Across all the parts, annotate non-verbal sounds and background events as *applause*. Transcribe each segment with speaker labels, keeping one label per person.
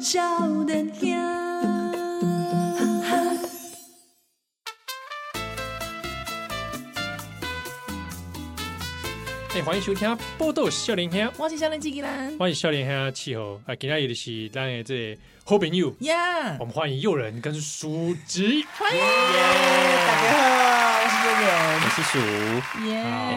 Speaker 1: 少年兄。
Speaker 2: 哎、欢迎收听《波豆少年兄》，
Speaker 3: 我是少年机器人，
Speaker 2: 我是少年兄气候啊，今天也就是咱的这个好朋友，
Speaker 3: 呀
Speaker 2: 我，们欢迎诱人跟书籍。
Speaker 3: 欢迎大家好，我是
Speaker 4: 我
Speaker 3: 悠
Speaker 4: 是
Speaker 3: 悠，
Speaker 4: 鼠，
Speaker 3: 耶、
Speaker 2: 啊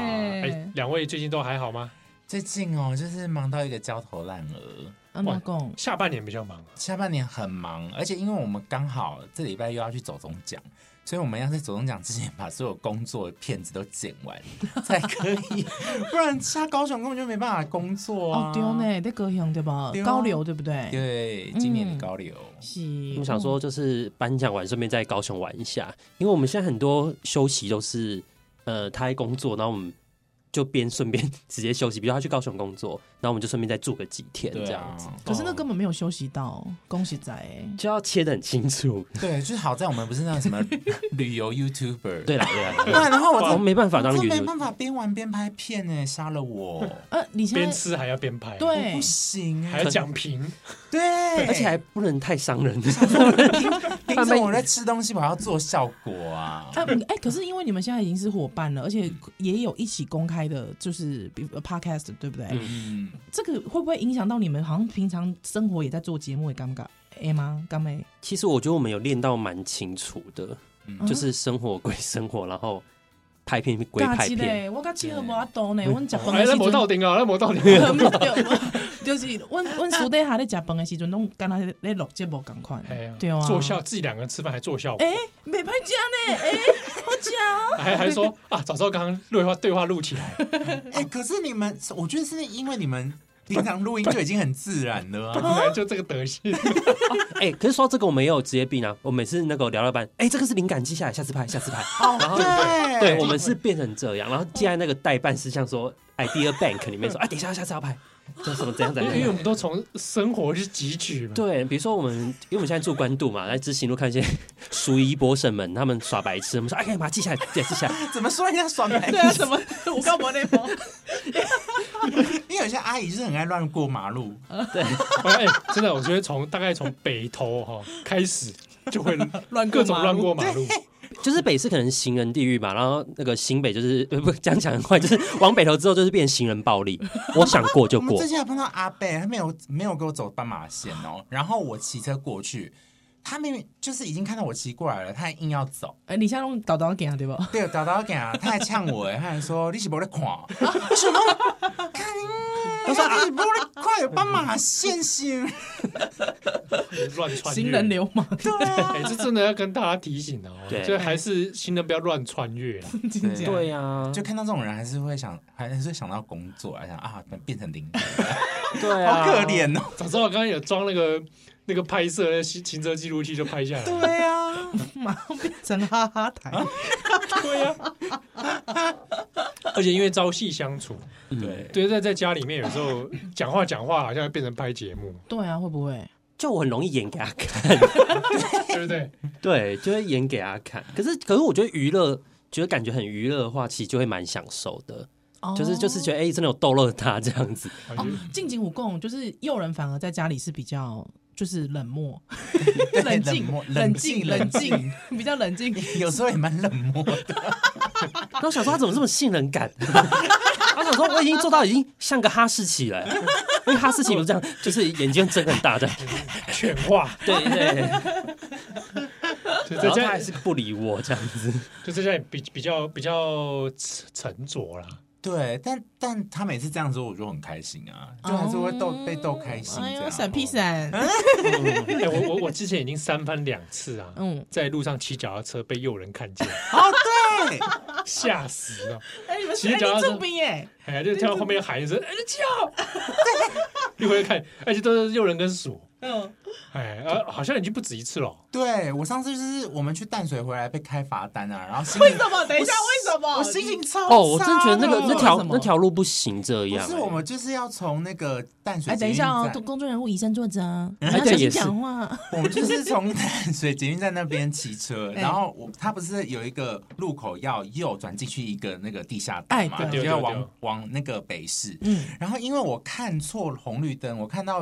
Speaker 2: 哎，两位最近都还好吗？
Speaker 4: 最近哦，就是忙到一个焦头烂额。
Speaker 3: 阿妈讲，
Speaker 2: 下半年比较忙，
Speaker 4: 下半年很忙，而且因为我们刚好这礼拜又要去走中奖，所以我们要在走中奖之前把所有工作的片子都剪完才可以， *laughs* 不然下高雄根本就没办法工作啊。
Speaker 3: 哦对呢，在高雄对吧？
Speaker 4: 对啊
Speaker 3: 高流对不对？
Speaker 4: 对，今年的高流、
Speaker 3: 是，
Speaker 5: 我们想说，就是颁奖完，顺便在高雄玩一下，因为我们现在很多休息都是，呃，他在工作，然后我们就边顺便 *laughs* 直接休息，比如他去高雄工作，然后我们就顺便再住个几天
Speaker 4: 对
Speaker 5: 这
Speaker 4: 啊
Speaker 5: 样子，，
Speaker 3: 可是那根本没有休息到，恭喜仔欸，
Speaker 5: 就要切的很清楚。
Speaker 4: 对，就是好在我们不是那种什么旅游 YouTuber，，
Speaker 5: *laughs* 对啦，对啦，
Speaker 4: 不
Speaker 5: 对啦
Speaker 4: 然的话 *laughs* 我
Speaker 5: 我们
Speaker 4: 真
Speaker 5: 没办法
Speaker 4: 我
Speaker 5: 当
Speaker 4: 真
Speaker 5: 女
Speaker 4: 没
Speaker 5: 主，
Speaker 4: 办法边玩边拍片呢，杀了我，
Speaker 3: 呃，你现
Speaker 2: 边
Speaker 3: 在
Speaker 2: 吃还要边拍，，
Speaker 4: 我
Speaker 3: 对
Speaker 4: 不，行哎
Speaker 2: 还要讲评，
Speaker 4: 对，
Speaker 5: 而且还不能太伤人。
Speaker 4: 凭什么我在吃东西，我还要做效果啊？
Speaker 3: 哎嗯哎，可是因为你们现在已经是伙伴
Speaker 2: 嗯
Speaker 3: 了，而且也有一起公开的，就是比呃 podcast 对不对？
Speaker 5: 嗯
Speaker 4: 嗯，
Speaker 3: 这个会不会影响到你们？好像平常生活也在做节目，也尴尬。哎吗？干妹，
Speaker 5: *laughs* 其实我觉得我们有练到蛮清楚的，
Speaker 4: 嗯
Speaker 5: 就是生活归生活，然后拍片归拍
Speaker 3: 尬
Speaker 5: 片，
Speaker 3: 嘞，我刚吃了无多呢，我食饭
Speaker 2: 哎，
Speaker 3: 的
Speaker 2: 那
Speaker 3: 时
Speaker 2: 磨到
Speaker 3: *laughs* 阵。。
Speaker 2: 顶啊，那磨到顶
Speaker 3: 对就是阮阮私底下咧食饭的时阵，拢敢若咧录节目共款
Speaker 2: 哎呀，，
Speaker 3: 对啊，
Speaker 2: 做效自己两个人吃饭还做效果，
Speaker 3: 哎，袂歹食呢，哎，好食哦，
Speaker 2: 还还说啊，早知道刚刚对话对话录起 *laughs* 来，
Speaker 4: 哎、可是你们，我觉得是因为你们平常录音就已经很自然了
Speaker 2: 本
Speaker 4: 啊。
Speaker 2: 来就这个德性。
Speaker 5: *laughs* 哎、可是说到这个我们也有职业病啊，我每次那个聊到一半，哎、这个是灵感，记下来，下次拍，下
Speaker 4: *laughs*
Speaker 5: 次拍。
Speaker 3: 啊
Speaker 5: 然后
Speaker 4: 对
Speaker 5: 对，我们是变成这样，然后记在那个代办事项说 idea bank 里面说，哎，等一下，下次要拍，就什么怎样
Speaker 4: *laughs*
Speaker 5: 怎
Speaker 2: 因
Speaker 5: 样
Speaker 2: 为
Speaker 5: 怎
Speaker 2: 因为我
Speaker 5: 样。
Speaker 2: 们都从生活去汲取嘛。
Speaker 5: 对，比如说我们，因为我们现在住关渡嘛，来知行路看一些 *laughs* 熟姨伯婶们，他们耍白痴，我们说，哎，赶紧把它记下来，记下来记下来。
Speaker 4: 怎么说人家爽白？
Speaker 3: 对啊，怎么我刚无咧讲，
Speaker 4: *laughs* 因为有些阿姨就是很爱乱过马路，
Speaker 2: 哎、真的，我觉得从大概从北头哈、开始就会
Speaker 3: 乱过
Speaker 2: 各种
Speaker 3: 马路
Speaker 2: 乱过马路，
Speaker 5: 就是北是可能行人地狱吧，然后那个新北就是， *laughs* 呃不，这样讲很快，就是往北头之后就是变行人暴力。我想过就
Speaker 4: 我们
Speaker 5: 过
Speaker 4: 之，前有碰到阿贝，他没有没有给我走斑马线哦，然后我骑车过去，他明明就是已经看到我骑过来了，他还硬要走，
Speaker 3: 哎，你现在拢豆豆行对无？
Speaker 4: 对，找到给啊，他还呛我哎，他还说你是不是在看，什 *laughs* 么？看，他说你是不是在看有啊斑马线行。
Speaker 2: 乱穿越
Speaker 3: 行人。流氓，
Speaker 2: 哎、这真的要跟大家提醒的哦，
Speaker 5: 对
Speaker 2: 就还是行人不要乱穿越啊啦。
Speaker 3: 真的
Speaker 5: 对啊呀，
Speaker 4: 就看到这种人，还是会想，还是会想到工作，还想啊，变成零，
Speaker 5: 对啊，
Speaker 4: 好可。怜哦。
Speaker 2: 早知道我刚刚有装那个那个拍摄的行行车记录器就拍下来。对
Speaker 4: 对啊，
Speaker 3: 马上变成哈哈台，
Speaker 2: 对呀、而且因为朝夕相处，
Speaker 4: 对，
Speaker 2: 对，在在家里面有时候讲话讲话好像会变成拍节目，
Speaker 3: 对啊，会不会？
Speaker 5: 就我很容易演给他看。
Speaker 2: 对不对？
Speaker 5: 对，就会演给他看。可是，可是我觉得娱乐，觉得感觉很娱乐的话，其实就会蛮享受的。
Speaker 4: 哦
Speaker 5: 就是就是觉得哎、真的有逗乐他这
Speaker 4: *laughs*
Speaker 5: 样子。
Speaker 2: 好
Speaker 3: 哦
Speaker 2: 像，
Speaker 4: 嗯
Speaker 3: 近景武功就是诱人，反而在家里是比较就是冷漠、*laughs*
Speaker 4: 对
Speaker 3: 冷静
Speaker 4: 冷漠、
Speaker 3: 冷静、冷
Speaker 4: 冷静
Speaker 3: 静，比较冷静。
Speaker 4: *laughs* 有时候也蛮冷漠的。
Speaker 5: 然后想说他怎么这么信任感？ *laughs* 他想说我已经做到已经像个哈士奇了，因为哈士奇不是这样，就是眼睛睁很大的。
Speaker 2: 犬话，
Speaker 5: 对对，
Speaker 2: 就在
Speaker 5: 然后他
Speaker 2: 家
Speaker 5: 还是不理我这样子。
Speaker 2: 就在家里比比较比较沉沉着啦。
Speaker 4: 对，但但他每次这样子，我就很开心啊，就还是会逗被逗开心
Speaker 3: 哎呦，
Speaker 4: 这样。哦啊
Speaker 3: 闪屁 *laughs* 闪，
Speaker 2: *laughs* 哎、我我我之前已经三番两次啊，
Speaker 3: 嗯，
Speaker 2: 在路上骑脚踏车被诱人
Speaker 3: *laughs*
Speaker 2: 看见，
Speaker 4: 哦，对，
Speaker 2: 吓死了！
Speaker 3: 哎，你们
Speaker 2: 骑脚踏车
Speaker 3: 这边哎，
Speaker 2: 哎，就听到后面喊一声“哎，叫”， *laughs* 又会看，而且都是诱人跟鼠，
Speaker 3: *laughs* 嗯，
Speaker 2: 哎，呃，好像已经不止一次了。
Speaker 4: 对我上次就是我们去淡水回来被开罚单啊，然后心情
Speaker 3: 什么？等一下，为什么？
Speaker 4: 我心情超
Speaker 5: 哦，我真觉得那个
Speaker 4: 差的
Speaker 5: 那
Speaker 3: 为
Speaker 5: 条
Speaker 3: 什么
Speaker 5: 那条路不行这
Speaker 4: 不
Speaker 5: 样、
Speaker 4: 是我们就是要从那个淡水
Speaker 3: 哎，等一
Speaker 4: 捷运
Speaker 3: 下哦，
Speaker 4: 站
Speaker 3: 公众人物以身
Speaker 4: *laughs*
Speaker 3: 作则，你
Speaker 5: 哎
Speaker 3: 要小
Speaker 5: 对
Speaker 3: 心
Speaker 5: 也是
Speaker 3: 讲话。
Speaker 4: 我们就是从淡水捷运站那边骑车，
Speaker 3: *laughs* 哎
Speaker 4: 然后我他不是有一个路口要右转进去一个那个地下道
Speaker 3: 哎
Speaker 4: 嘛，
Speaker 3: 对
Speaker 4: 就要
Speaker 2: 对对对
Speaker 4: 往往那个北市。
Speaker 3: 嗯，
Speaker 4: 然后因为我看错红绿灯，我看到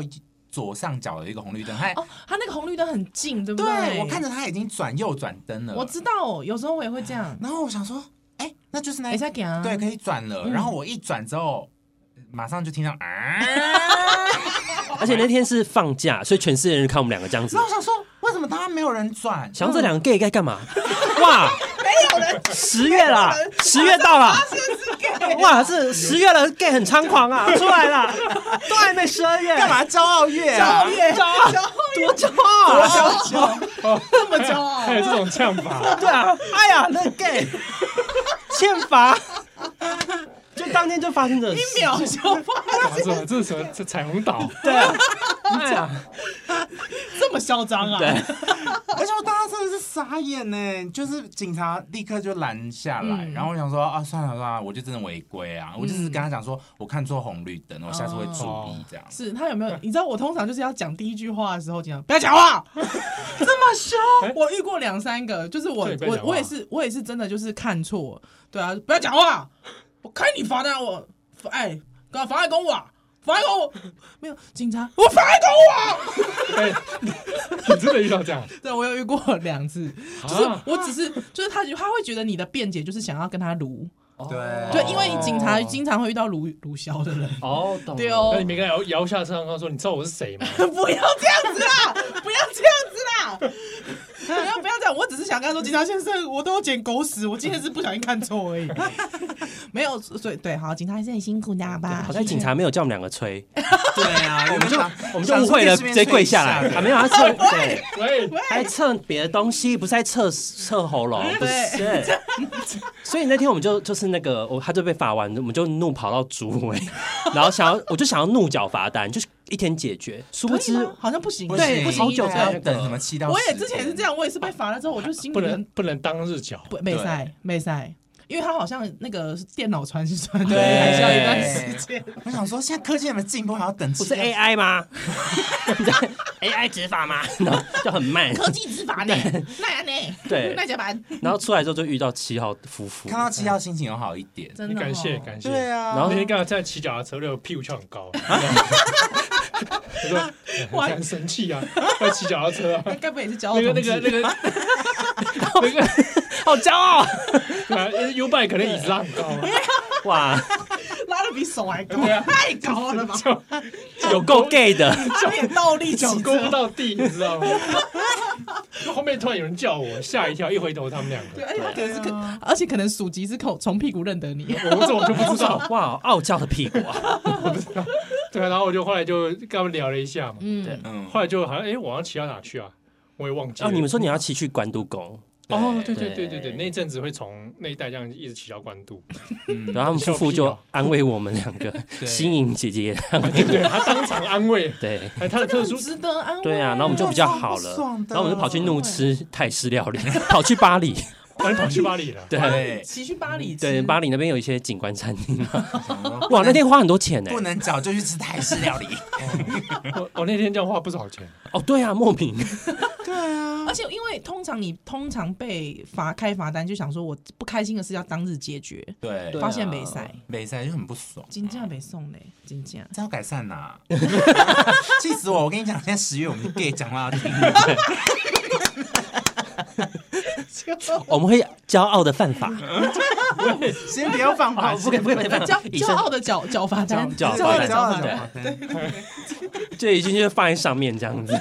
Speaker 4: 左上角有一个红绿灯，它
Speaker 3: 哦，它那个红绿灯很近，对不
Speaker 4: 对我看
Speaker 3: 着，
Speaker 4: 着它已经转右转灯了，
Speaker 3: 我知道，有时候我也会这样，
Speaker 4: 然后我想说，哎、那就是那
Speaker 3: 哎，
Speaker 4: 一
Speaker 3: 再给啊，
Speaker 4: 嗯对，可以转了。然后我一转之后，马上就听到啊，
Speaker 3: *laughs*
Speaker 5: 欸而且那天是放假，所以全世界人看我们两个这样子
Speaker 4: 然后，我想说，为什么大家没有人转？
Speaker 5: 想这两个 gay 该干 *laughs* 嘛？哇，嗯没有人，十月啦，十月到了，哇，这十月了，gay 很猖狂 *laughs* 啊，出来了，都还没十二月，
Speaker 4: 干？嘛骄傲月啊？
Speaker 5: 骄傲，多骄傲啊，
Speaker 3: 这么骄傲
Speaker 2: 哎还有这种唱法，
Speaker 5: 对啊，哎呀，那 gay 欠罚，就当天就发生这一
Speaker 3: 一秒就 *laughs* 发
Speaker 2: 干嘛这种这是什么？这彩虹岛， *laughs*
Speaker 5: 对啊，哎呀，
Speaker 3: 这么嚣张啊！
Speaker 5: 对，
Speaker 4: *laughs* 而且我当时真的是傻眼呢，就是警察立刻就拦下来，
Speaker 3: 嗯
Speaker 4: 然后我想说啊，算了算了，我就真的违规啊，我就只是跟他讲说，我看错红绿灯，我下次会注意这样。
Speaker 3: 是他有没有？你知道我通常就是要讲第一句话的时候，讲不要讲话，这么凶。我遇过两三个，就是我
Speaker 2: 哎对不
Speaker 3: 我
Speaker 2: 要讲话
Speaker 3: 我也是我也是真的就是看错，对啊，不要讲话，我开你罚单，我哎，搞妨碍公务啊，妨碍公务没有警察，我妨碍公务啊。
Speaker 2: 哎，你你真的遇到
Speaker 3: *laughs*
Speaker 2: 这样？
Speaker 3: 对，我有遇过两次，就是
Speaker 2: 啊
Speaker 3: 我只是就是他他会觉得你的辩解就是想要跟他撸，
Speaker 4: 对
Speaker 3: 对，啊因为警察经常会遇到撸撸枭的人，
Speaker 5: 哦，懂了
Speaker 3: 对哦
Speaker 2: 那你没跟他摇摇下车，然后说你知道我是谁吗？
Speaker 3: *laughs* 不要这样子啦！不要这样子啦！不要不要这样，我只是想跟他说，警察先生，我都有捡狗屎，我今天是不小心看错而已。没有，所以对，好，警察还是很辛苦的，好吧？
Speaker 5: 好在警察没有叫我们两个吹，
Speaker 4: 对 *laughs* 啊，我们就
Speaker 5: 我们就误会了，直接跪下来。啊，没有，他测，对，
Speaker 3: *laughs*
Speaker 2: 喂，
Speaker 5: 他在测别的东西，不是在测测喉咙，不是
Speaker 3: 嗯对。
Speaker 5: 所以那天我们就就是那个，我他就被罚完，我们就怒跑到主
Speaker 3: *laughs*
Speaker 5: 委，然后想要，我就想要怒缴罚单，就是一天解决。殊不
Speaker 3: 可以
Speaker 5: 知
Speaker 3: 吗，好像不行，
Speaker 4: 不
Speaker 3: 对，
Speaker 4: 行，
Speaker 3: 不行
Speaker 5: 好久
Speaker 4: 才要
Speaker 5: 对
Speaker 4: 等什么七到
Speaker 3: 我也
Speaker 4: 10
Speaker 3: 之前也是这
Speaker 4: 天。
Speaker 3: 样，我也是被罚了之后，我就心里
Speaker 2: 不能
Speaker 3: 很
Speaker 2: 不能当日脚，
Speaker 3: 不没赛没赛，因为他好像那个电脑传是传的，
Speaker 4: 对
Speaker 3: 还需要一段时间。
Speaker 4: 我想说，现在科技有没有进步，还要等
Speaker 5: 不
Speaker 4: 七
Speaker 5: 是
Speaker 3: 啊
Speaker 4: 到10
Speaker 5: AI
Speaker 3: *laughs*
Speaker 5: 吗？ *laughs* 你知道 AI 执法吗？然后就很慢。
Speaker 3: 科技执法呢，那样呢，
Speaker 5: 对
Speaker 3: 那加班，
Speaker 5: 然后出来之后就遇到七号夫妇
Speaker 4: 看，到七号心情有好一点。
Speaker 3: 真
Speaker 2: 你
Speaker 3: 的哦，
Speaker 2: 哎感谢感谢。
Speaker 4: 对啊，
Speaker 5: 然后
Speaker 2: 那天刚好在骑脚踏车，我屁股翘很高。我说哎
Speaker 3: 哇
Speaker 2: 很生气啊，要骑脚踏车啊。
Speaker 3: 该不会也是交
Speaker 2: 那
Speaker 3: 通
Speaker 2: 个那个那个
Speaker 5: *laughs*
Speaker 2: 那个
Speaker 5: 好骄
Speaker 3: *laughs*
Speaker 5: 傲
Speaker 2: 啊，U bike 可能椅子拉很高啊，
Speaker 5: 哇，
Speaker 3: *laughs* 拉的比手还高
Speaker 2: 对啊，
Speaker 3: 太高了吧？
Speaker 5: 有够 gay 的，
Speaker 3: *laughs* 他没有倒立骑
Speaker 2: 脚勾不
Speaker 3: 车，
Speaker 2: 到地，你知道吗？后面突然有人叫我，吓一跳，一回头他们两
Speaker 3: 对，哎而
Speaker 2: 个，
Speaker 3: 且他可能是可，而且可能属级是口从屁股认得你，
Speaker 2: 我这我就不知道。
Speaker 5: 哇，傲娇的屁股啊，
Speaker 2: 对啊，然后我就后来就跟他们聊了一下嘛，
Speaker 3: *laughs* 嗯，
Speaker 4: 嗯，
Speaker 2: 后来就好像哎，我要骑到哪去啊？我也忘记了。
Speaker 5: 哦，你们说你要骑去关渡宫，
Speaker 3: 嗯
Speaker 2: 哦，对
Speaker 5: 对
Speaker 2: 对对对对，那一阵子会从那一带这样一直骑到关渡，
Speaker 4: 嗯
Speaker 5: 然后他们夫妇就安慰我们 *laughs* 两个，
Speaker 4: 对
Speaker 5: 新颖姐姐，
Speaker 2: 对对，他当场安慰，
Speaker 5: 对
Speaker 2: 哎，他的特殊
Speaker 3: 很值得安慰。
Speaker 5: 对啊，然后我们就比较好了
Speaker 4: 哇超爽，的
Speaker 5: 然后我们就跑去怒吃泰式料理， *laughs* 跑去巴黎，
Speaker 2: 哦，你跑去巴黎了，
Speaker 5: 对
Speaker 4: 对，
Speaker 3: 骑去巴黎吃，
Speaker 5: 对，巴黎那边有一些景观餐 *laughs* 厅，哇
Speaker 4: 哇，，
Speaker 5: 那天花很多钱呢欸
Speaker 4: 不，能找就去吃泰式料理。
Speaker 2: 我我哦那天这样花不少钱，
Speaker 5: 哦，对啊，莫 *laughs* 名，
Speaker 4: 对啊，
Speaker 3: 而且因为通常你通常被罚开罚单，就想说我不开心的事要当日解决，
Speaker 5: 对
Speaker 4: 对，啊
Speaker 3: 发现没塞，
Speaker 4: 美赛就很不爽，
Speaker 3: 金价没送嘞，金价。
Speaker 4: 这要改善呐， *laughs* 气死我！我跟你讲，现在十月我们就 gay 讲话要听，
Speaker 3: *laughs*
Speaker 5: 我们会骄傲的犯法，
Speaker 4: 先不要放
Speaker 3: 啊
Speaker 4: 话，
Speaker 5: 不可以不可以犯法
Speaker 3: 骄，
Speaker 5: 以
Speaker 3: 骄
Speaker 5: 上
Speaker 3: 傲的缴缴罚单，
Speaker 5: 骄傲
Speaker 4: 骄傲
Speaker 3: 的
Speaker 4: 骄
Speaker 3: 缴
Speaker 4: 傲
Speaker 3: 罚单
Speaker 4: 骄傲对
Speaker 5: 这已经就是放在上面这样子，